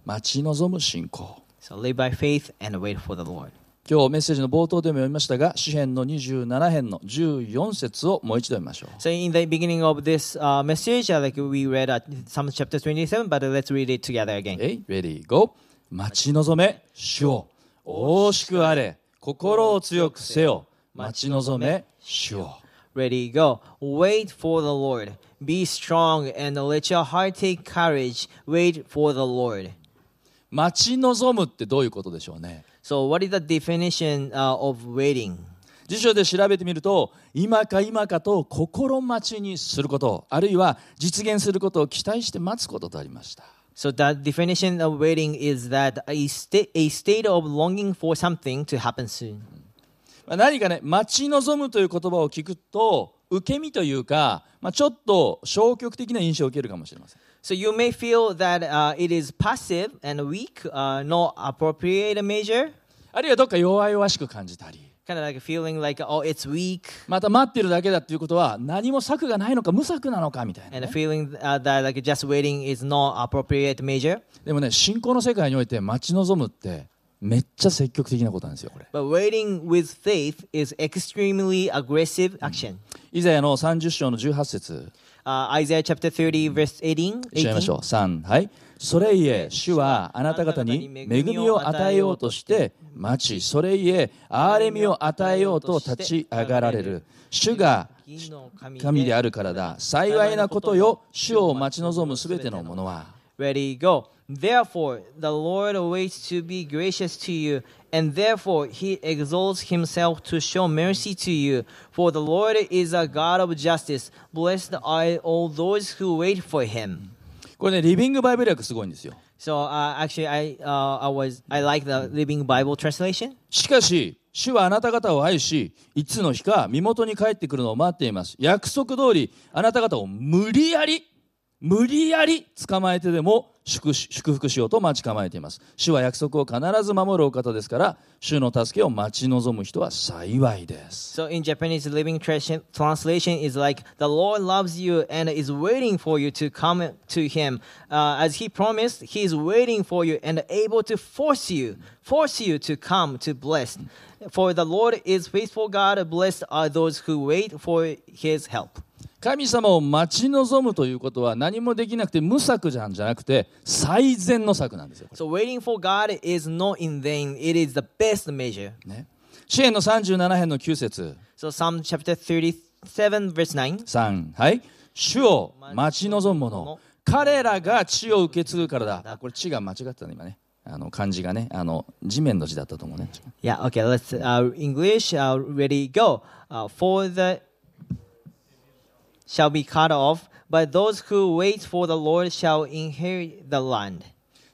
S1: 待ち望む信仰。
S2: So live by faith and wait for the Lord.
S1: 今日メッセージの冒頭でも読みましたが、詩編の27編の14節をもう一度読みましょう。
S2: So in the beginning of this uh, message, uh, like we read uh, Psalm chapter 27, but let's read it together again.
S1: えい、レディーゴー。待ち望め、主を。大しくあれ、心を強くせよ。待ち望め、主を。
S2: Ready, go. Wait for the Lord. Be strong and let your heart take courage. Wait for the Lord.
S1: 待ち望むってどういうことでしょうね。
S2: So, what is the definition uh, of waiting?
S1: 辞書で調べてみると今か今かと心待ちにすることあるいは実現することを期待して待つこととありました
S2: So, the definition of waiting is that a, sta- a state of longing for something to happen soon.
S1: まあ何かね待ち望むという言葉を聞くと受け身というか、まあ、ちょっと消極的な印象を受けるかもしれません
S2: So, you may feel that uh, it is passive and weak, uh, not appropriate measure,
S1: あるいはどっか弱々しく感じたり
S2: kind of like feeling like, oh, it's weak,
S1: また待ってるだけだっていうことは何も策がないのか無策なのかみたいな、
S2: and a
S1: ね、
S2: feeling uh, that like just waiting is not appropriate measure.
S1: でもね信仰の世界において待ち望むってめっちゃ積極的なことなんですよこれ
S2: But waiting with faith is extremely aggressive action.
S1: イザヤの30章の18節
S2: Uh, Isaiah chapter 30, verse 18.
S1: 一緒にやりましょう。3、はい。それいえ、主はあなた方に恵みを与えようとして待ち、それいえ、憐れみを与えようと立ち上がられる。主が神であるからだ。幸いなことよ、主を待ち望むすべてのものは。
S2: Ready, go. Therefore, the Lord waits to be gracious to you, and therefore he exalts himself to show mercy to you. For the Lord is a God of justice. Blessed are all those who wait for him.
S1: これね、リビングバイブル訳すごいんですよ。
S2: So uh, actually, I uh, I was I like the Living Bible translation.
S1: しかし、主はあなた方を愛し、いつの日か身元に帰ってくるのを待っています。約束通り、あなた方を無理やり、無理やり捕まえてでも祝し祝福しようと待ち構えています主は約束を必ず守るお方ですから主の助けを待ち望む人は幸いです
S2: So in Japanese, Living Trans- Translation is like the Lord loves you and is waiting for you to come to Him. Uh, as He promised, He is waiting for you and able to force you, force you to come to blessed. For the Lord is faithful God. Blessed are those who wait for His help.
S1: 神様を待ち望むということは何もできなくて無策じゃんじゃなくて最善の策なんですよ、
S2: So waiting for God is not in vain. It is the best measure.
S1: ね、支援の37編の9節
S2: So Psalm chapter thirty-seven, verse nine.
S1: 3はい主を待ち望む者彼らが地を受け継ぐからだあこれ地が間違ってたね今ねあの漢字がねあの地面の字だったと思うね
S2: Yeah, okay, let's uh, English, uh, ready, go. Uh, for the shall be cut off, but those who wait for the Lord shall inherit the land.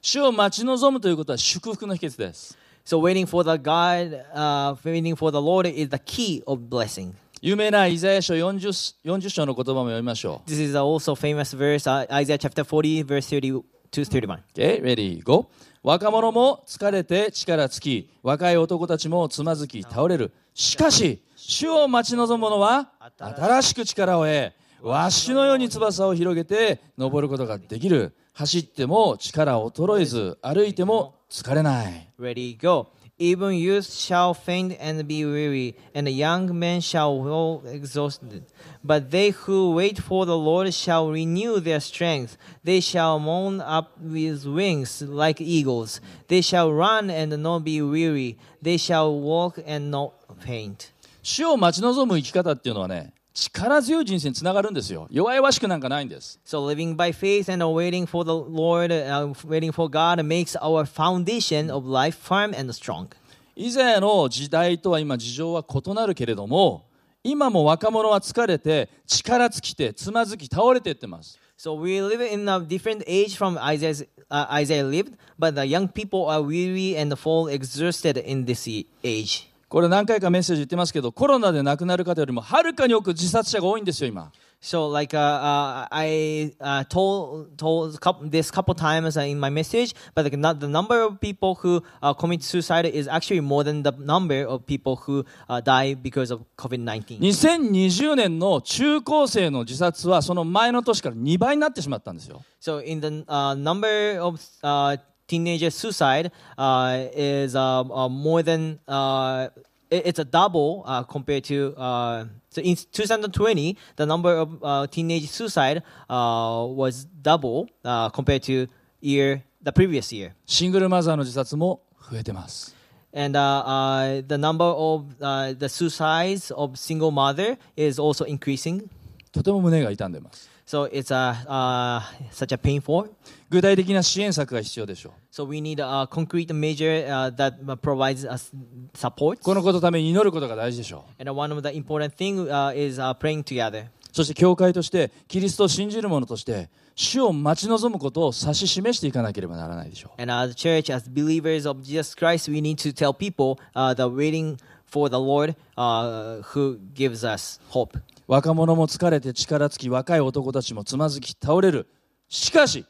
S1: 主を待ち望むということは祝福の秘訣です
S2: So waiting for the God, uh, waiting for the Lord is the key of blessing.
S1: 有名なイザヤ書 40, 40章の言葉も読みましょう
S2: This is also famous verse, uh, Isaiah chapter 40, verse 30 to 31.
S1: Okay, ready, go. 若者も疲れて力尽き、若い男たちもつまずき倒れる。しかし、主を待ち望む者は新しく力を得、わしのように翼を広げて登ることができる。走っても力衰えず、歩いても疲れない。
S2: Ready, go. Even youth shall faint and be weary, and the young men shall grow exhausted. But they who wait for the Lord shall renew their strength. They shall mount up with wings like eagles. They shall run and not be weary. They shall walk and not faint.
S1: 主を待ち望む生き方っていうのはね、力強い人生につながるんですよ。弱々しくなんかないんです。
S2: So living by faith and waiting for the Lord, uh, waiting for God makes our foundation of life firm and strong.
S1: 以前の時代とは今事情は異なるけれども今も若者は疲れて力尽きてつまずき倒れていってます
S2: So we live in a different age from Isaiah's, uh, Isaiah lived, but the young people are weary and fall exhausted in this e- age.
S1: これ何回かメッセージ言ってますけどコロナで亡くなる方よりもはるかに多く自殺者が多いんですよ今
S2: So like uh, uh, I uh, told told couple, this couple times uh, in my message, but like not the number of people who uh, commit suicide is actually more than the number of people who uh, die because of COVID nineteen.
S1: 2020年の中高生の自殺はその前の年から2倍になってしまったんですよ
S2: So in the uh, number of uh, teenager suicide uh, is uh, uh, more than uh, it- it's a double uh, compared to uh, so in 2020 the number of uh, teenage suicide uh, was double uh, compared to year the previous year.
S1: シングルマザーの自殺も増えてます
S2: And uh, uh, the number of uh, the suicides of single mother is also increasing.
S1: とても胸が痛んでます
S2: So it's a, uh, such a painful.
S1: 具体的な支援策が必要でしょう
S2: So we need a concrete measure uh, that provides us support.
S1: このことのために祈ることが大事でしょう
S2: And one of the important things uh, is uh, praying together.
S1: そして教会としてキリストを信じる者として主を待ち望むことを指し示していかなければならないでしょう
S2: And as church, as believers of Jesus Christ, we need to tell people uh, the waiting for the Lord uh, who gives us hope.
S1: 若者も疲れて力尽き若い男たちもつまずき倒れるしかし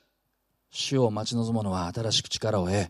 S1: 主を待ち望む者は新しく力を得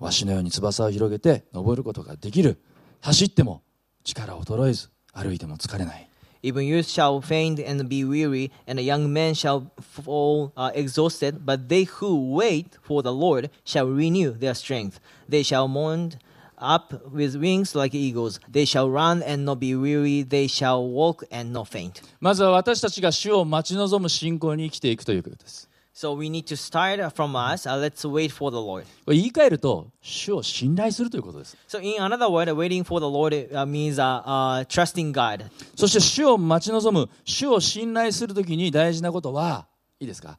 S1: わしのように翼を広げて登ることができる走っても力衰えず歩いても疲れない
S2: Even youth shall faint and be weary, and the young men shall fall uh, exhausted. But they who wait for the Lord shall renew their strength. They shall mount up with wings like eagles. They shall run and not be weary. They shall walk and not faint.
S1: まずは私たちが主を待ち望む信仰に生きていくということです
S2: So we need to start from us. Uh, let's wait for the Lord.
S1: これ言い換えると主を信頼するということです
S2: So in another word, waiting for the Lord uh, means uh, uh, trusting God.
S1: そして主を待ち望む、主を信頼するときに大事なことは、いいですか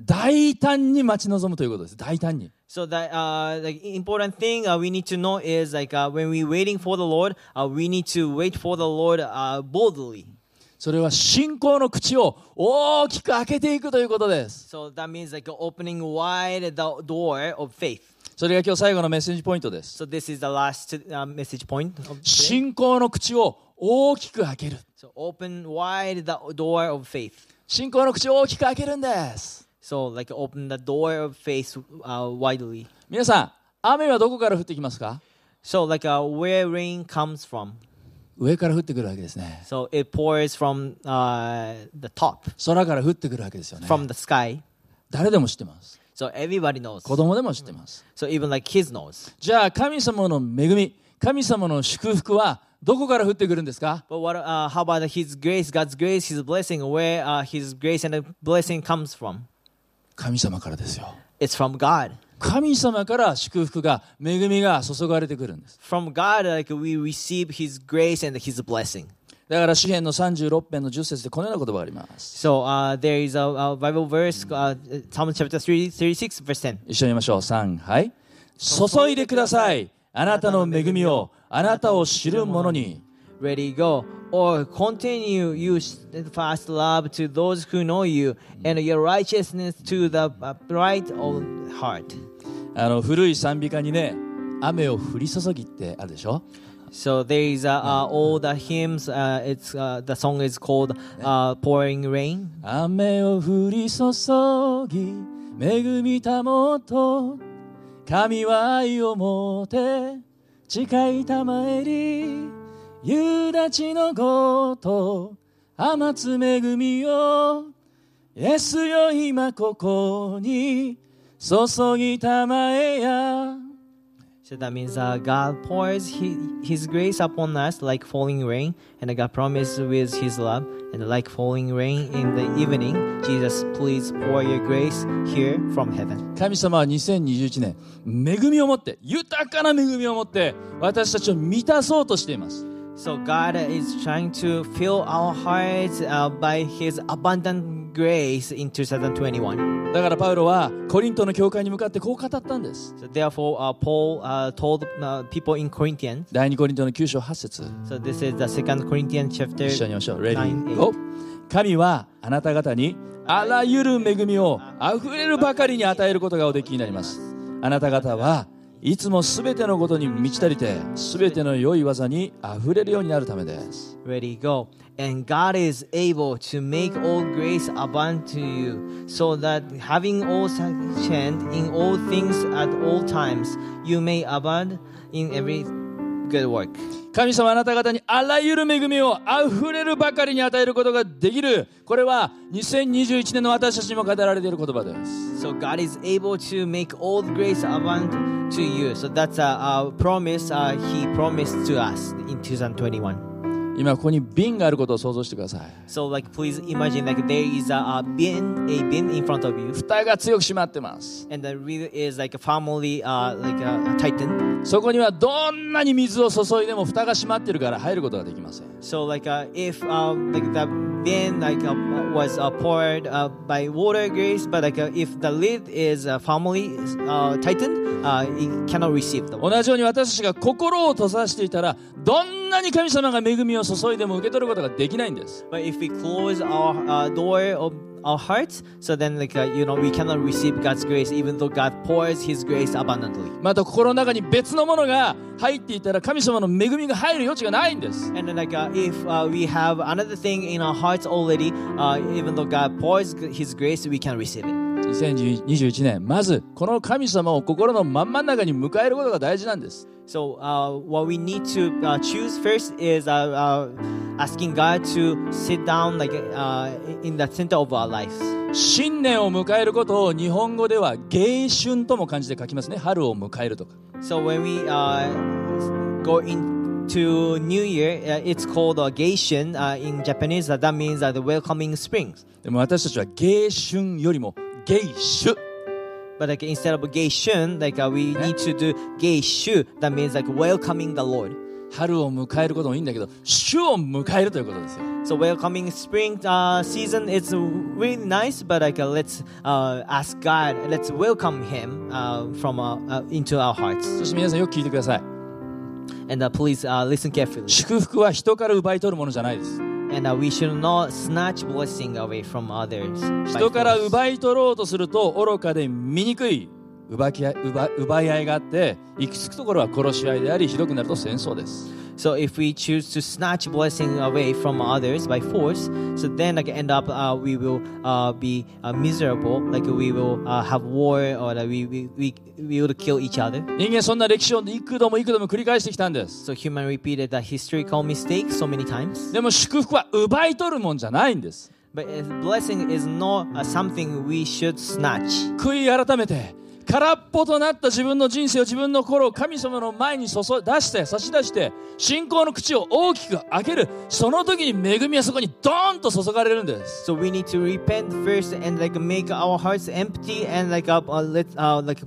S1: 大胆に待ち望むということです。大胆に。
S2: So the uh, the important thing uh, we need to know is like uh, when we waiting for the Lord, uh, we need to wait for the Lord uh, boldly.
S1: それは信仰の口を大きく開けていくということです。
S2: So that means like opening wide the door of faith.
S1: それが今日最後のメッセージポイントです。
S2: So this is the last uh, message point. Of today.
S1: 信仰の口を大きく開ける。
S2: So open wide the door of faith.
S1: 信仰の口を大きく開けるんです。
S2: So, like, open the door of faith uh, widely.
S1: 皆さん雨はどこから降ってきますか
S2: So, like, uh, where rain comes from.
S1: 上から降ってくるわけですね
S2: So, it pours from uh, the top,
S1: 空から降ってくるわけですよね
S2: from the sky.
S1: 誰でも知ってます
S2: So, everybody knows.
S1: 子供でも知ってます、
S2: So, even like kids knows.
S1: じゃあ神様の恵み神様の祝福はどこから降ってくるんですか
S2: But what? Uh, how about His grace, God's grace, His blessing? Where uh, His grace and the blessing comes from?
S1: 神様からですよ
S2: It's from God.
S1: 神様から祝福が恵みが注がれてくるんです
S2: From God, like we receive His grace and His blessing.
S1: だから詩篇の36編の10節でこのような言葉があります
S2: So uh, there is a, a Bible verse, uh, Psalm chapter 3, 36, verse 10.
S1: 一緒に言いましょう3はい注いでくださいあなたの恵みをあなたを知る者に
S2: Ready, go. Or continue your steadfast love to those who know you, and your righteousness to the upright of heart.
S1: あの古い賛美歌にね雨を降り注ぎってあるでしょ
S2: So there is uh, uh, all the hymns. Uh, it's uh, the song is called uh, "Pouring Rain."
S1: 雨を降り注ぎ恵みたもと神は愛をもて誓いたまえり夕立ちのごと甘つ恵みをイエスよ今ここに注ぎたまえや
S2: So that means uh, God pours his, his grace upon us like falling rain, and God promises with His love, and like falling rain in the evening, Jesus, please pour your grace here from heaven.
S1: 神様は2021年恵みを持って豊かな恵みを持って私たちを満たそうとしています
S2: So God is trying to fill our hearts uh, by His abundant grace in 2021.
S1: だからパウロはコリントの教会に向かってこう語ったんです
S2: So therefore, uh, Paul uh, told uh, people in Corinthians.
S1: 第2コリントの9章8節
S2: So this is the second Corinthians chapter.
S1: 一緒に言いましょう。レディー
S2: nine,
S1: ゴ
S2: eight.
S1: ー。神はあなた方にあらゆる恵みをあふれるばかりに与えることがおできになります。あなた方はいつもすべてのことに満ち足りて、すべての良い技にあふれるようになるためです。
S2: Ready, go. And God is able to make all grace abound to you, so that having all sufficient in all things at all times, you may abound in every good work.
S1: 神様あなた方にあらゆる恵みをあふれるばかりに与えることができる。これは2021年の私たちにも語られている言葉です。
S2: So God is able to make all grace abound to you. So that's a, a promise uh, He promised to us in 2021.
S1: 今ここに瓶があることを想像してください。
S2: So like, please imagine like there is a, a bin, a bin in front of you,
S1: 蓋が強く閉まってます。
S2: and the reel is like a family, uh, like a titan.
S1: そこにはどんなに水を注いでも蓋が閉まってるから入ることができません
S2: So like uh, if uh, like the bin like uh, was uh, poured uh, by water grace, but like uh, if the lid is uh, firmly uh, tightened, uh, it cannot receive the water.
S1: 同じように私たちが心を閉ざしていたらどんなに神様が恵みを注いでも受け取ることができないんです
S2: But if we close our uh, door of our hearts, so then like uh, you know we cannot receive God's grace, even though God pours His grace abundantly.
S1: また心の中に別のものが入っていたら神様の恵みが入る余地がないんです
S2: And then, like uh, if uh, we have another thing in our hearts already, uh, even though God pours His grace, we can receive it.
S1: 2021年まずこの神様を心のまん真ん中に迎えることが大事なんです
S2: So uh, what we need to uh, choose first is uh, uh, asking God to sit down like uh, in the center of our lives.
S1: 新年を迎えることを日本語では迎春とも漢字で書きますね春を迎えるとか
S2: So when we uh, go into New Year, uh, it's called uh, Geishin uh, in Japanese. Uh, that means uh, the welcoming springs.
S1: でも私たちは迎春よりも迎春
S2: But like instead of Geishun, like uh, we need to do Geishu. That means like welcoming the Lord.
S1: 春を迎えることもいいんだけど主を迎えるということですよ
S2: So welcoming spring uh, season is really nice, but like uh, let's uh, ask God, let's welcome Him uh, from uh, uh, into our hearts,
S1: そして皆さんよく聞いてください
S2: and uh, please uh, listen carefully.
S1: 祝福は人から奪い取るものじゃないです
S2: And uh, we should not snatch blessing away from others. by
S1: 人から
S2: force.
S1: 奪い取ろうとすると愚かで醜い奪き合い奪奪い合いがあって行き着くところは殺し合いでありひどくなると戦争です
S2: So if we choose to snatch blessing away from others by force, so then like end up uh, we will uh, be uh, miserable. Like we will uh, have war or like, we, we, we, we will kill each other.
S1: 人間そんな歴史を幾度も幾度も繰り返してきたんです
S2: So human repeated that historical mistake so many times.
S1: でも祝福は奪い取るもんじゃないんです
S2: But uh, blessing is not uh, something we should snatch.
S1: 悔い改めて空っぽとなった自分の人生を自分の心を神様の前に注い出して差し出して信仰の口を大きく開けるその時に恵みはそこにドーンと注がれるんです
S2: So we need to repent first and like make our hearts empty and like uh, uh, let uh, like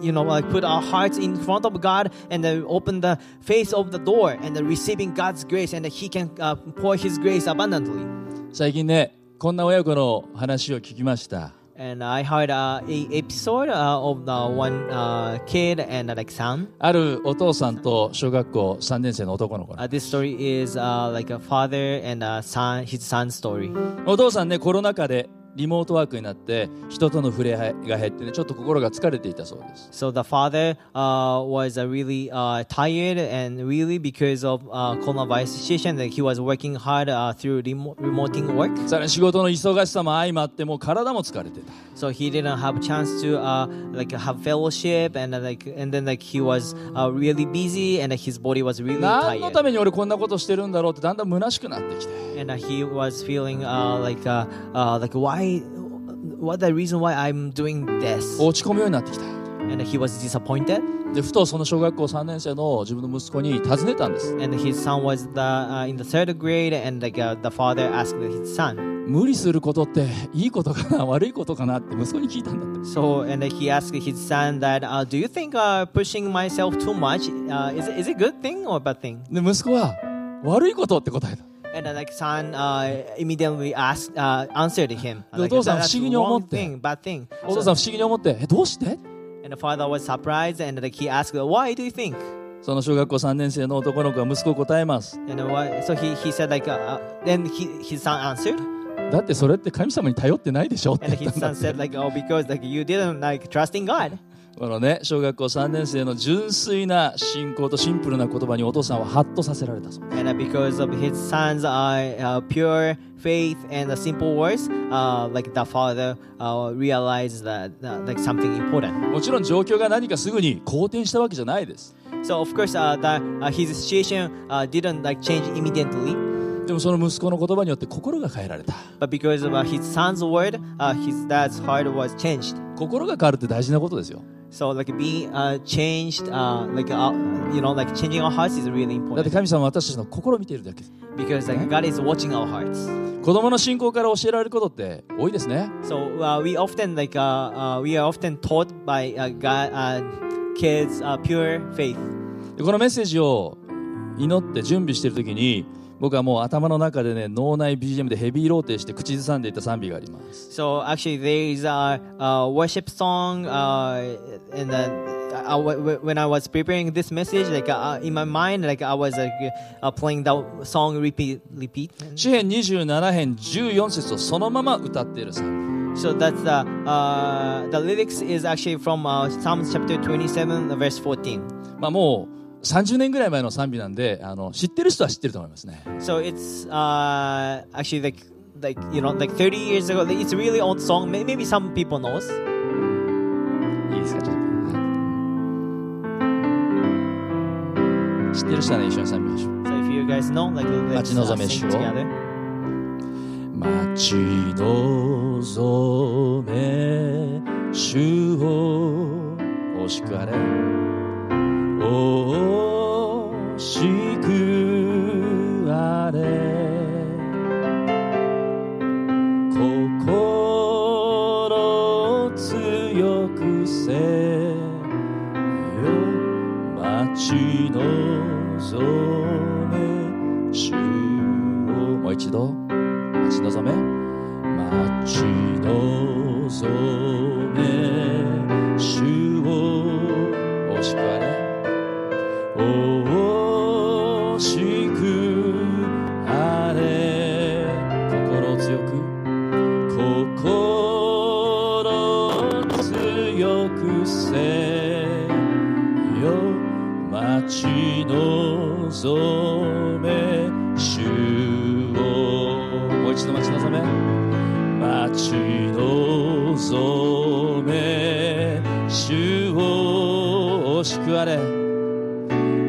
S2: you know like put our hearts in front of God and then open the face of the door and then receiving God's grace and that He can uh, pour His grace abundantly.
S1: 最近ねこんな親子の話を聞きました
S2: And I heard uh, a episode uh, of the one uh, kid and like son.
S1: あるお父さんと小学校3年生の男の子
S2: Uh, this story is uh, like a father and a son, his son story.
S1: お父さんねコロナ禍でリモートワークになって人との触れ合いが減ってねちょっと心が疲れていたそうです
S2: So the father uh, was uh, really uh, tired and really because of uh, coronavirus situation that he was working hard uh, through remo- remoting work.
S1: さらに仕事の忙しさも相まってもう体も疲れてた
S2: So he didn't have a chance to uh, like have fellowship and uh, like and then like he was uh, really busy and uh, his body was really
S1: 何のた
S2: tired
S1: めに俺こんなことしてるんだろうってだんだん虚しくなってきて
S2: and uh, he was feeling uh, like uh, uh, like why what the reason why I'm doing this
S1: 落ち込むようになってきた
S2: and he was disappointed
S1: でふとその小学校3年生の自分の息子に尋ねたんです
S2: and his son was the uh, in the third grade and like uh, the father asked his son.
S1: 無理することっていいことかな悪いことかなって息子に聞いたんだって
S2: So, and he asked his son that, uh, "Do you think uh, pushing myself too much uh, is is it good thing or bad thing?"
S1: で息子は悪いことって答えた
S2: And then, like son uh, immediately asked, uh, answered him,
S1: で、
S2: like,
S1: お父さん
S2: "That's
S1: 不思議に思って。
S2: wrong thing, bad thing."
S1: お父さ
S2: So,
S1: ん不思議に思ってえどうして
S2: and the father was surprised, and like he asked, "Why do you think?"
S1: その小学校3年生の男の子が息子を答えます
S2: And why? So he, he said like, uh, uh, then he, his son answered,
S1: だってそれって神様に頼ってないでしょって
S2: and
S1: 言
S2: his
S1: ったんだ
S2: son
S1: って
S2: said like, "Oh, because like you didn't like trust in God."
S1: このね小学校3年生の純粋な信仰とシンプルな言葉にお父さんはハッとさせられたそう
S2: And uh, because of his son's uh, uh, pure faith and the simple words, uh, like the father uh, realized that uh, like something important.
S1: もちろん状況が何かすぐに好転したわけじゃないです
S2: So of course, uh, the, uh, his situation uh, didn't like change immediately,
S1: でもその息子の言葉によって心が変えられた
S2: but because of uh, his son's word, uh, his dad's heart was changed.
S1: 心が変わるって大事なことですよ
S2: So like being uh, changed, uh, like uh, you know, like changing our hearts is really
S1: だって
S2: important
S1: 神様は私たちの心を見ているだけです
S2: because like God is watching our hearts.
S1: 子供の信仰から教えられることって多いですね
S2: So uh, we often like uh, uh, we are often taught by uh, God, uh, kids uh, pure faith.
S1: でこのメッセージを祈って準備している時に僕はもう頭の中でね脳内 BGM でヘビーローテーして口ずさんでいた賛美があります
S2: So actually, there is a, uh worship song, uh, and then I, w- when I was preparing this message, like uh, in my mind, like I was like, uh, playing the song repeat, repeat.
S1: 詩編27編14節をそのまま歌っている賛美
S2: So that's the uh, the lyrics is actually from uh, Psalm chapter twenty-seven, verse fourteen.
S1: まあもう30年ぐらい前の賛美なんであの知ってる人は知ってると思いますね
S2: So it's uh, actually like like you know like 30 years ago. Like, It's a really old song. May- Maybe some people knows.
S1: いいですかちょっとはい知ってる人はね一緒に賛美ましょう
S2: So if you guys know, like let's uh,
S1: 待ち望め
S2: sing
S1: 主を。
S2: together.
S1: 待ち望め主を惜しくあれ惜しくあれ心強くせよ待ち望め主をもう一度待ち望め待ち望め主を惜しくあれ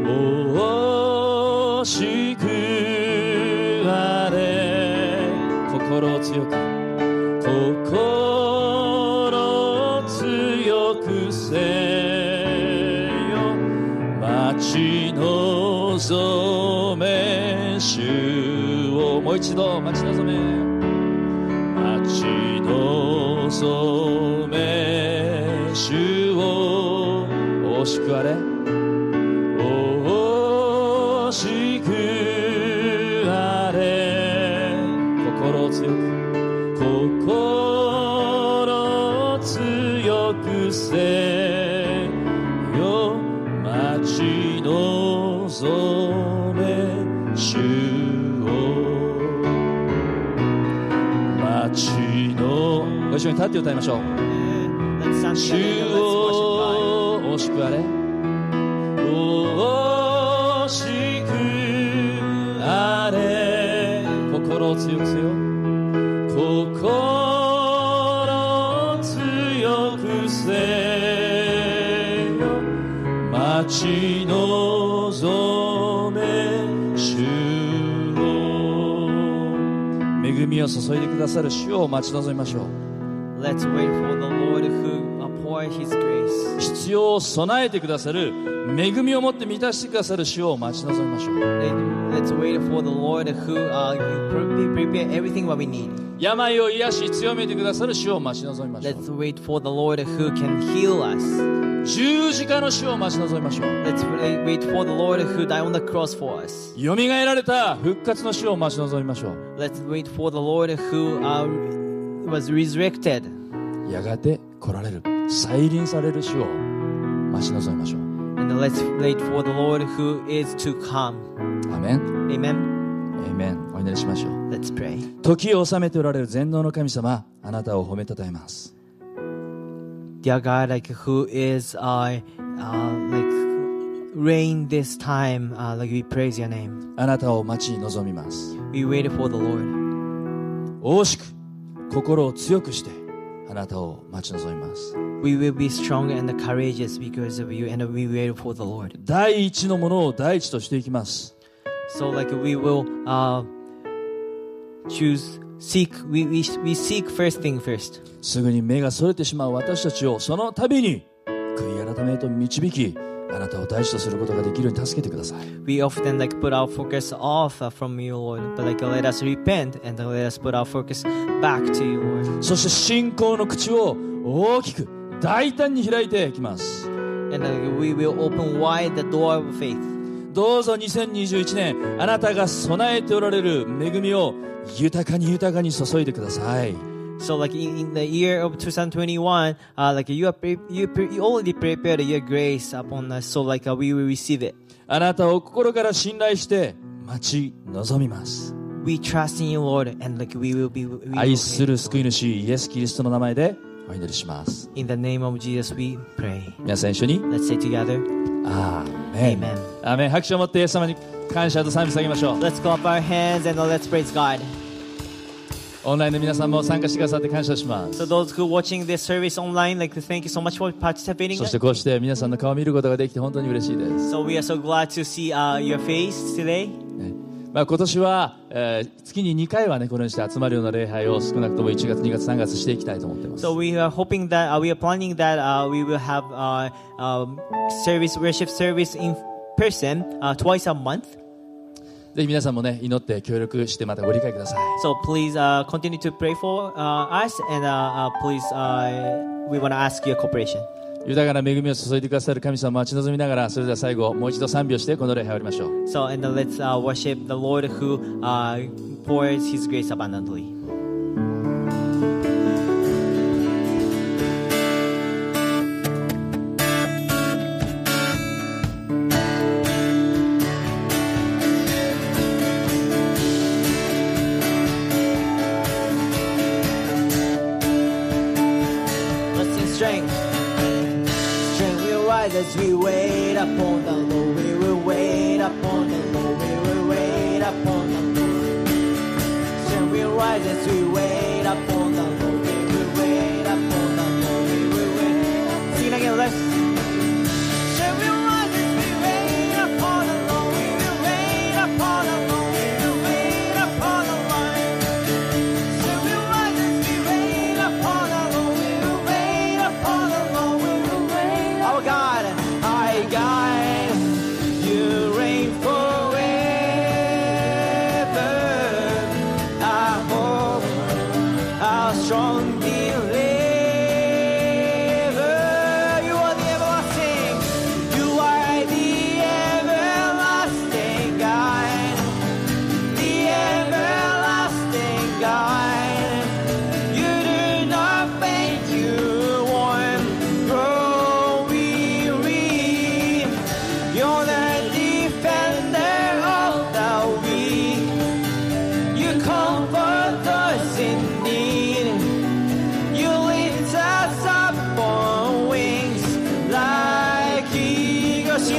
S1: 惜しくあれ心強く心強くせよ待待ち望め主をもう一度待ち望め待ち望め主を惜しくあれ惜しくあれ心を強く心強くせよ待ち望め主をもう一度待ち望め待ち望め主を惜しくあれ惜しくあれ心強く心強くせよ待ち望め主を待ちのご一緒に立って歌いましょう
S2: Uh,
S1: 主
S2: let's stand together and let's worship
S1: を惜しくあれ惜しくあれ心強くせよ心強くせよ待ち望め主を恵みを注いでくださる主を待ち望みましょう
S2: God. Let's wait for the Lord who uh, poured His grace.
S1: 必要を備えてくださる恵みを持って満たしてくださる主を待ち望みましょう
S2: Let- Let's wait for the Lord who uh, pre- prepare everything what we need.
S1: 病を癒し強めてくださる主を待ち望みましょ
S2: Let's
S1: う
S2: wait for the Lord who can heal us.
S1: 十字架の主を待ち望みましょう
S2: Let's wait wait for the Lord who died on the cross for us.
S1: よみがえられた復活の主を待ち望みましょ
S2: Let's wait for the Lord who uh, was resurrected.
S1: うやがて来られる再臨される主を待ち望みましょう
S2: And let's wait for the Lord who is to come.
S1: アーメン
S2: Amen.
S1: エイメンお祈りしましょう
S2: Let's pray.
S1: 時を治めておられる全能の神様あなたを褒めたたえます
S2: Dear God, like who is uh, uh, like reign this time, uh, like we praise your name.
S1: あなたを待ち望みます
S2: We wait for the Lord.
S1: 惜しく心を強くしてあなたを待ち望みます
S2: We will be strong and courageous because of you, and we wait for the Lord.
S1: 第一のものを第一としていきます
S2: So like we will uh, choose seek we, we we seek first thing first.
S1: すぐに目がそれてしまう私たちをその度に悔い改めへと導きあなたを大事とすることができるように助けてください
S2: We often like put our focus off uh, from you, Lord, but like let us repent and let us put our focus back to you, Lord.
S1: そして信仰の口を大きく大胆に開いていきます
S2: And uh, we will open wide the door of faith.
S1: どうぞ2021年あなたが備えておられる恵みを豊かに豊かに注いでください
S2: So like in, in the year of 2021, uh, like you are pre- you, pre- you already prepared your grace upon us. So like uh, we will receive it.
S1: あなたを心から信頼して待ち望みます
S2: We trust in you, Lord, and like we will be. We will
S1: 愛する救い主イエス・キリストの名前でお祈りします
S2: in the name of Jesus, we pray.
S1: 皆さん一緒に
S2: Let's say together.
S1: アーメン
S2: Amen
S1: アーメン拍手を持ってイエス様に感謝と賛美下げましょう
S2: Let's clap our hands and uh, let's praise God.
S1: オンラインの皆さんも参加してくださって感謝しま
S2: So
S1: す
S2: those who are watching this service online, like thank you so much for participating.
S1: そしてこうして皆さんの顔を見ることができて本当に嬉しいです、
S2: So we are so glad to see uh, your face today.
S1: ねまあ、今年は、えー月に2回はねこのようにして集まるような礼拝を少なくとも1月2月3月していきたいと思ってます
S2: So we are hoping that uh, we are planning that uh, we will have uh, um, service worship service in person uh, twice a month.
S1: ぜひ皆さんもね祈って協力してまたご理解ください
S2: So please uh, continue to pray for uh, us, and uh, uh, please uh, we want to ask your cooperation.
S1: 豊かな恵みを注いでくださる神様を待ち望みながらそれでは最後もう一度賛美をしてこの礼拝を終わりましょう
S2: So and then let's uh, worship the Lord who uh, pours His grace abundantly. Let's sing strength. Strength will rise as we wait upon the Lord. We will Oh,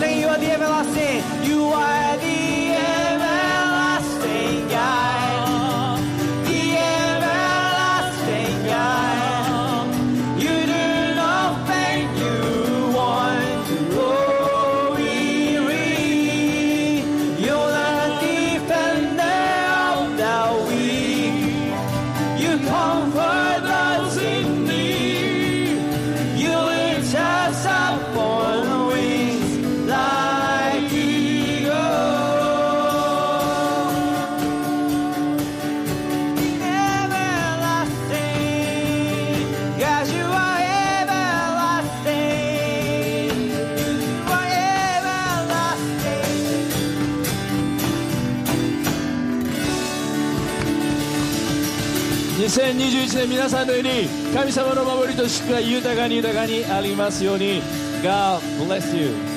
S2: everlasting. You are the everlasting God. The everlasting God. You do nothing you want to weary. You're the defender of the weak. You comfort those in need. You lift us up on wings like eagles. Everlasting, God, you are everlasting. You are everlasting.
S3: 2021年皆さんのように神様の守りと祝福が豊かに豊かにありますように God bless you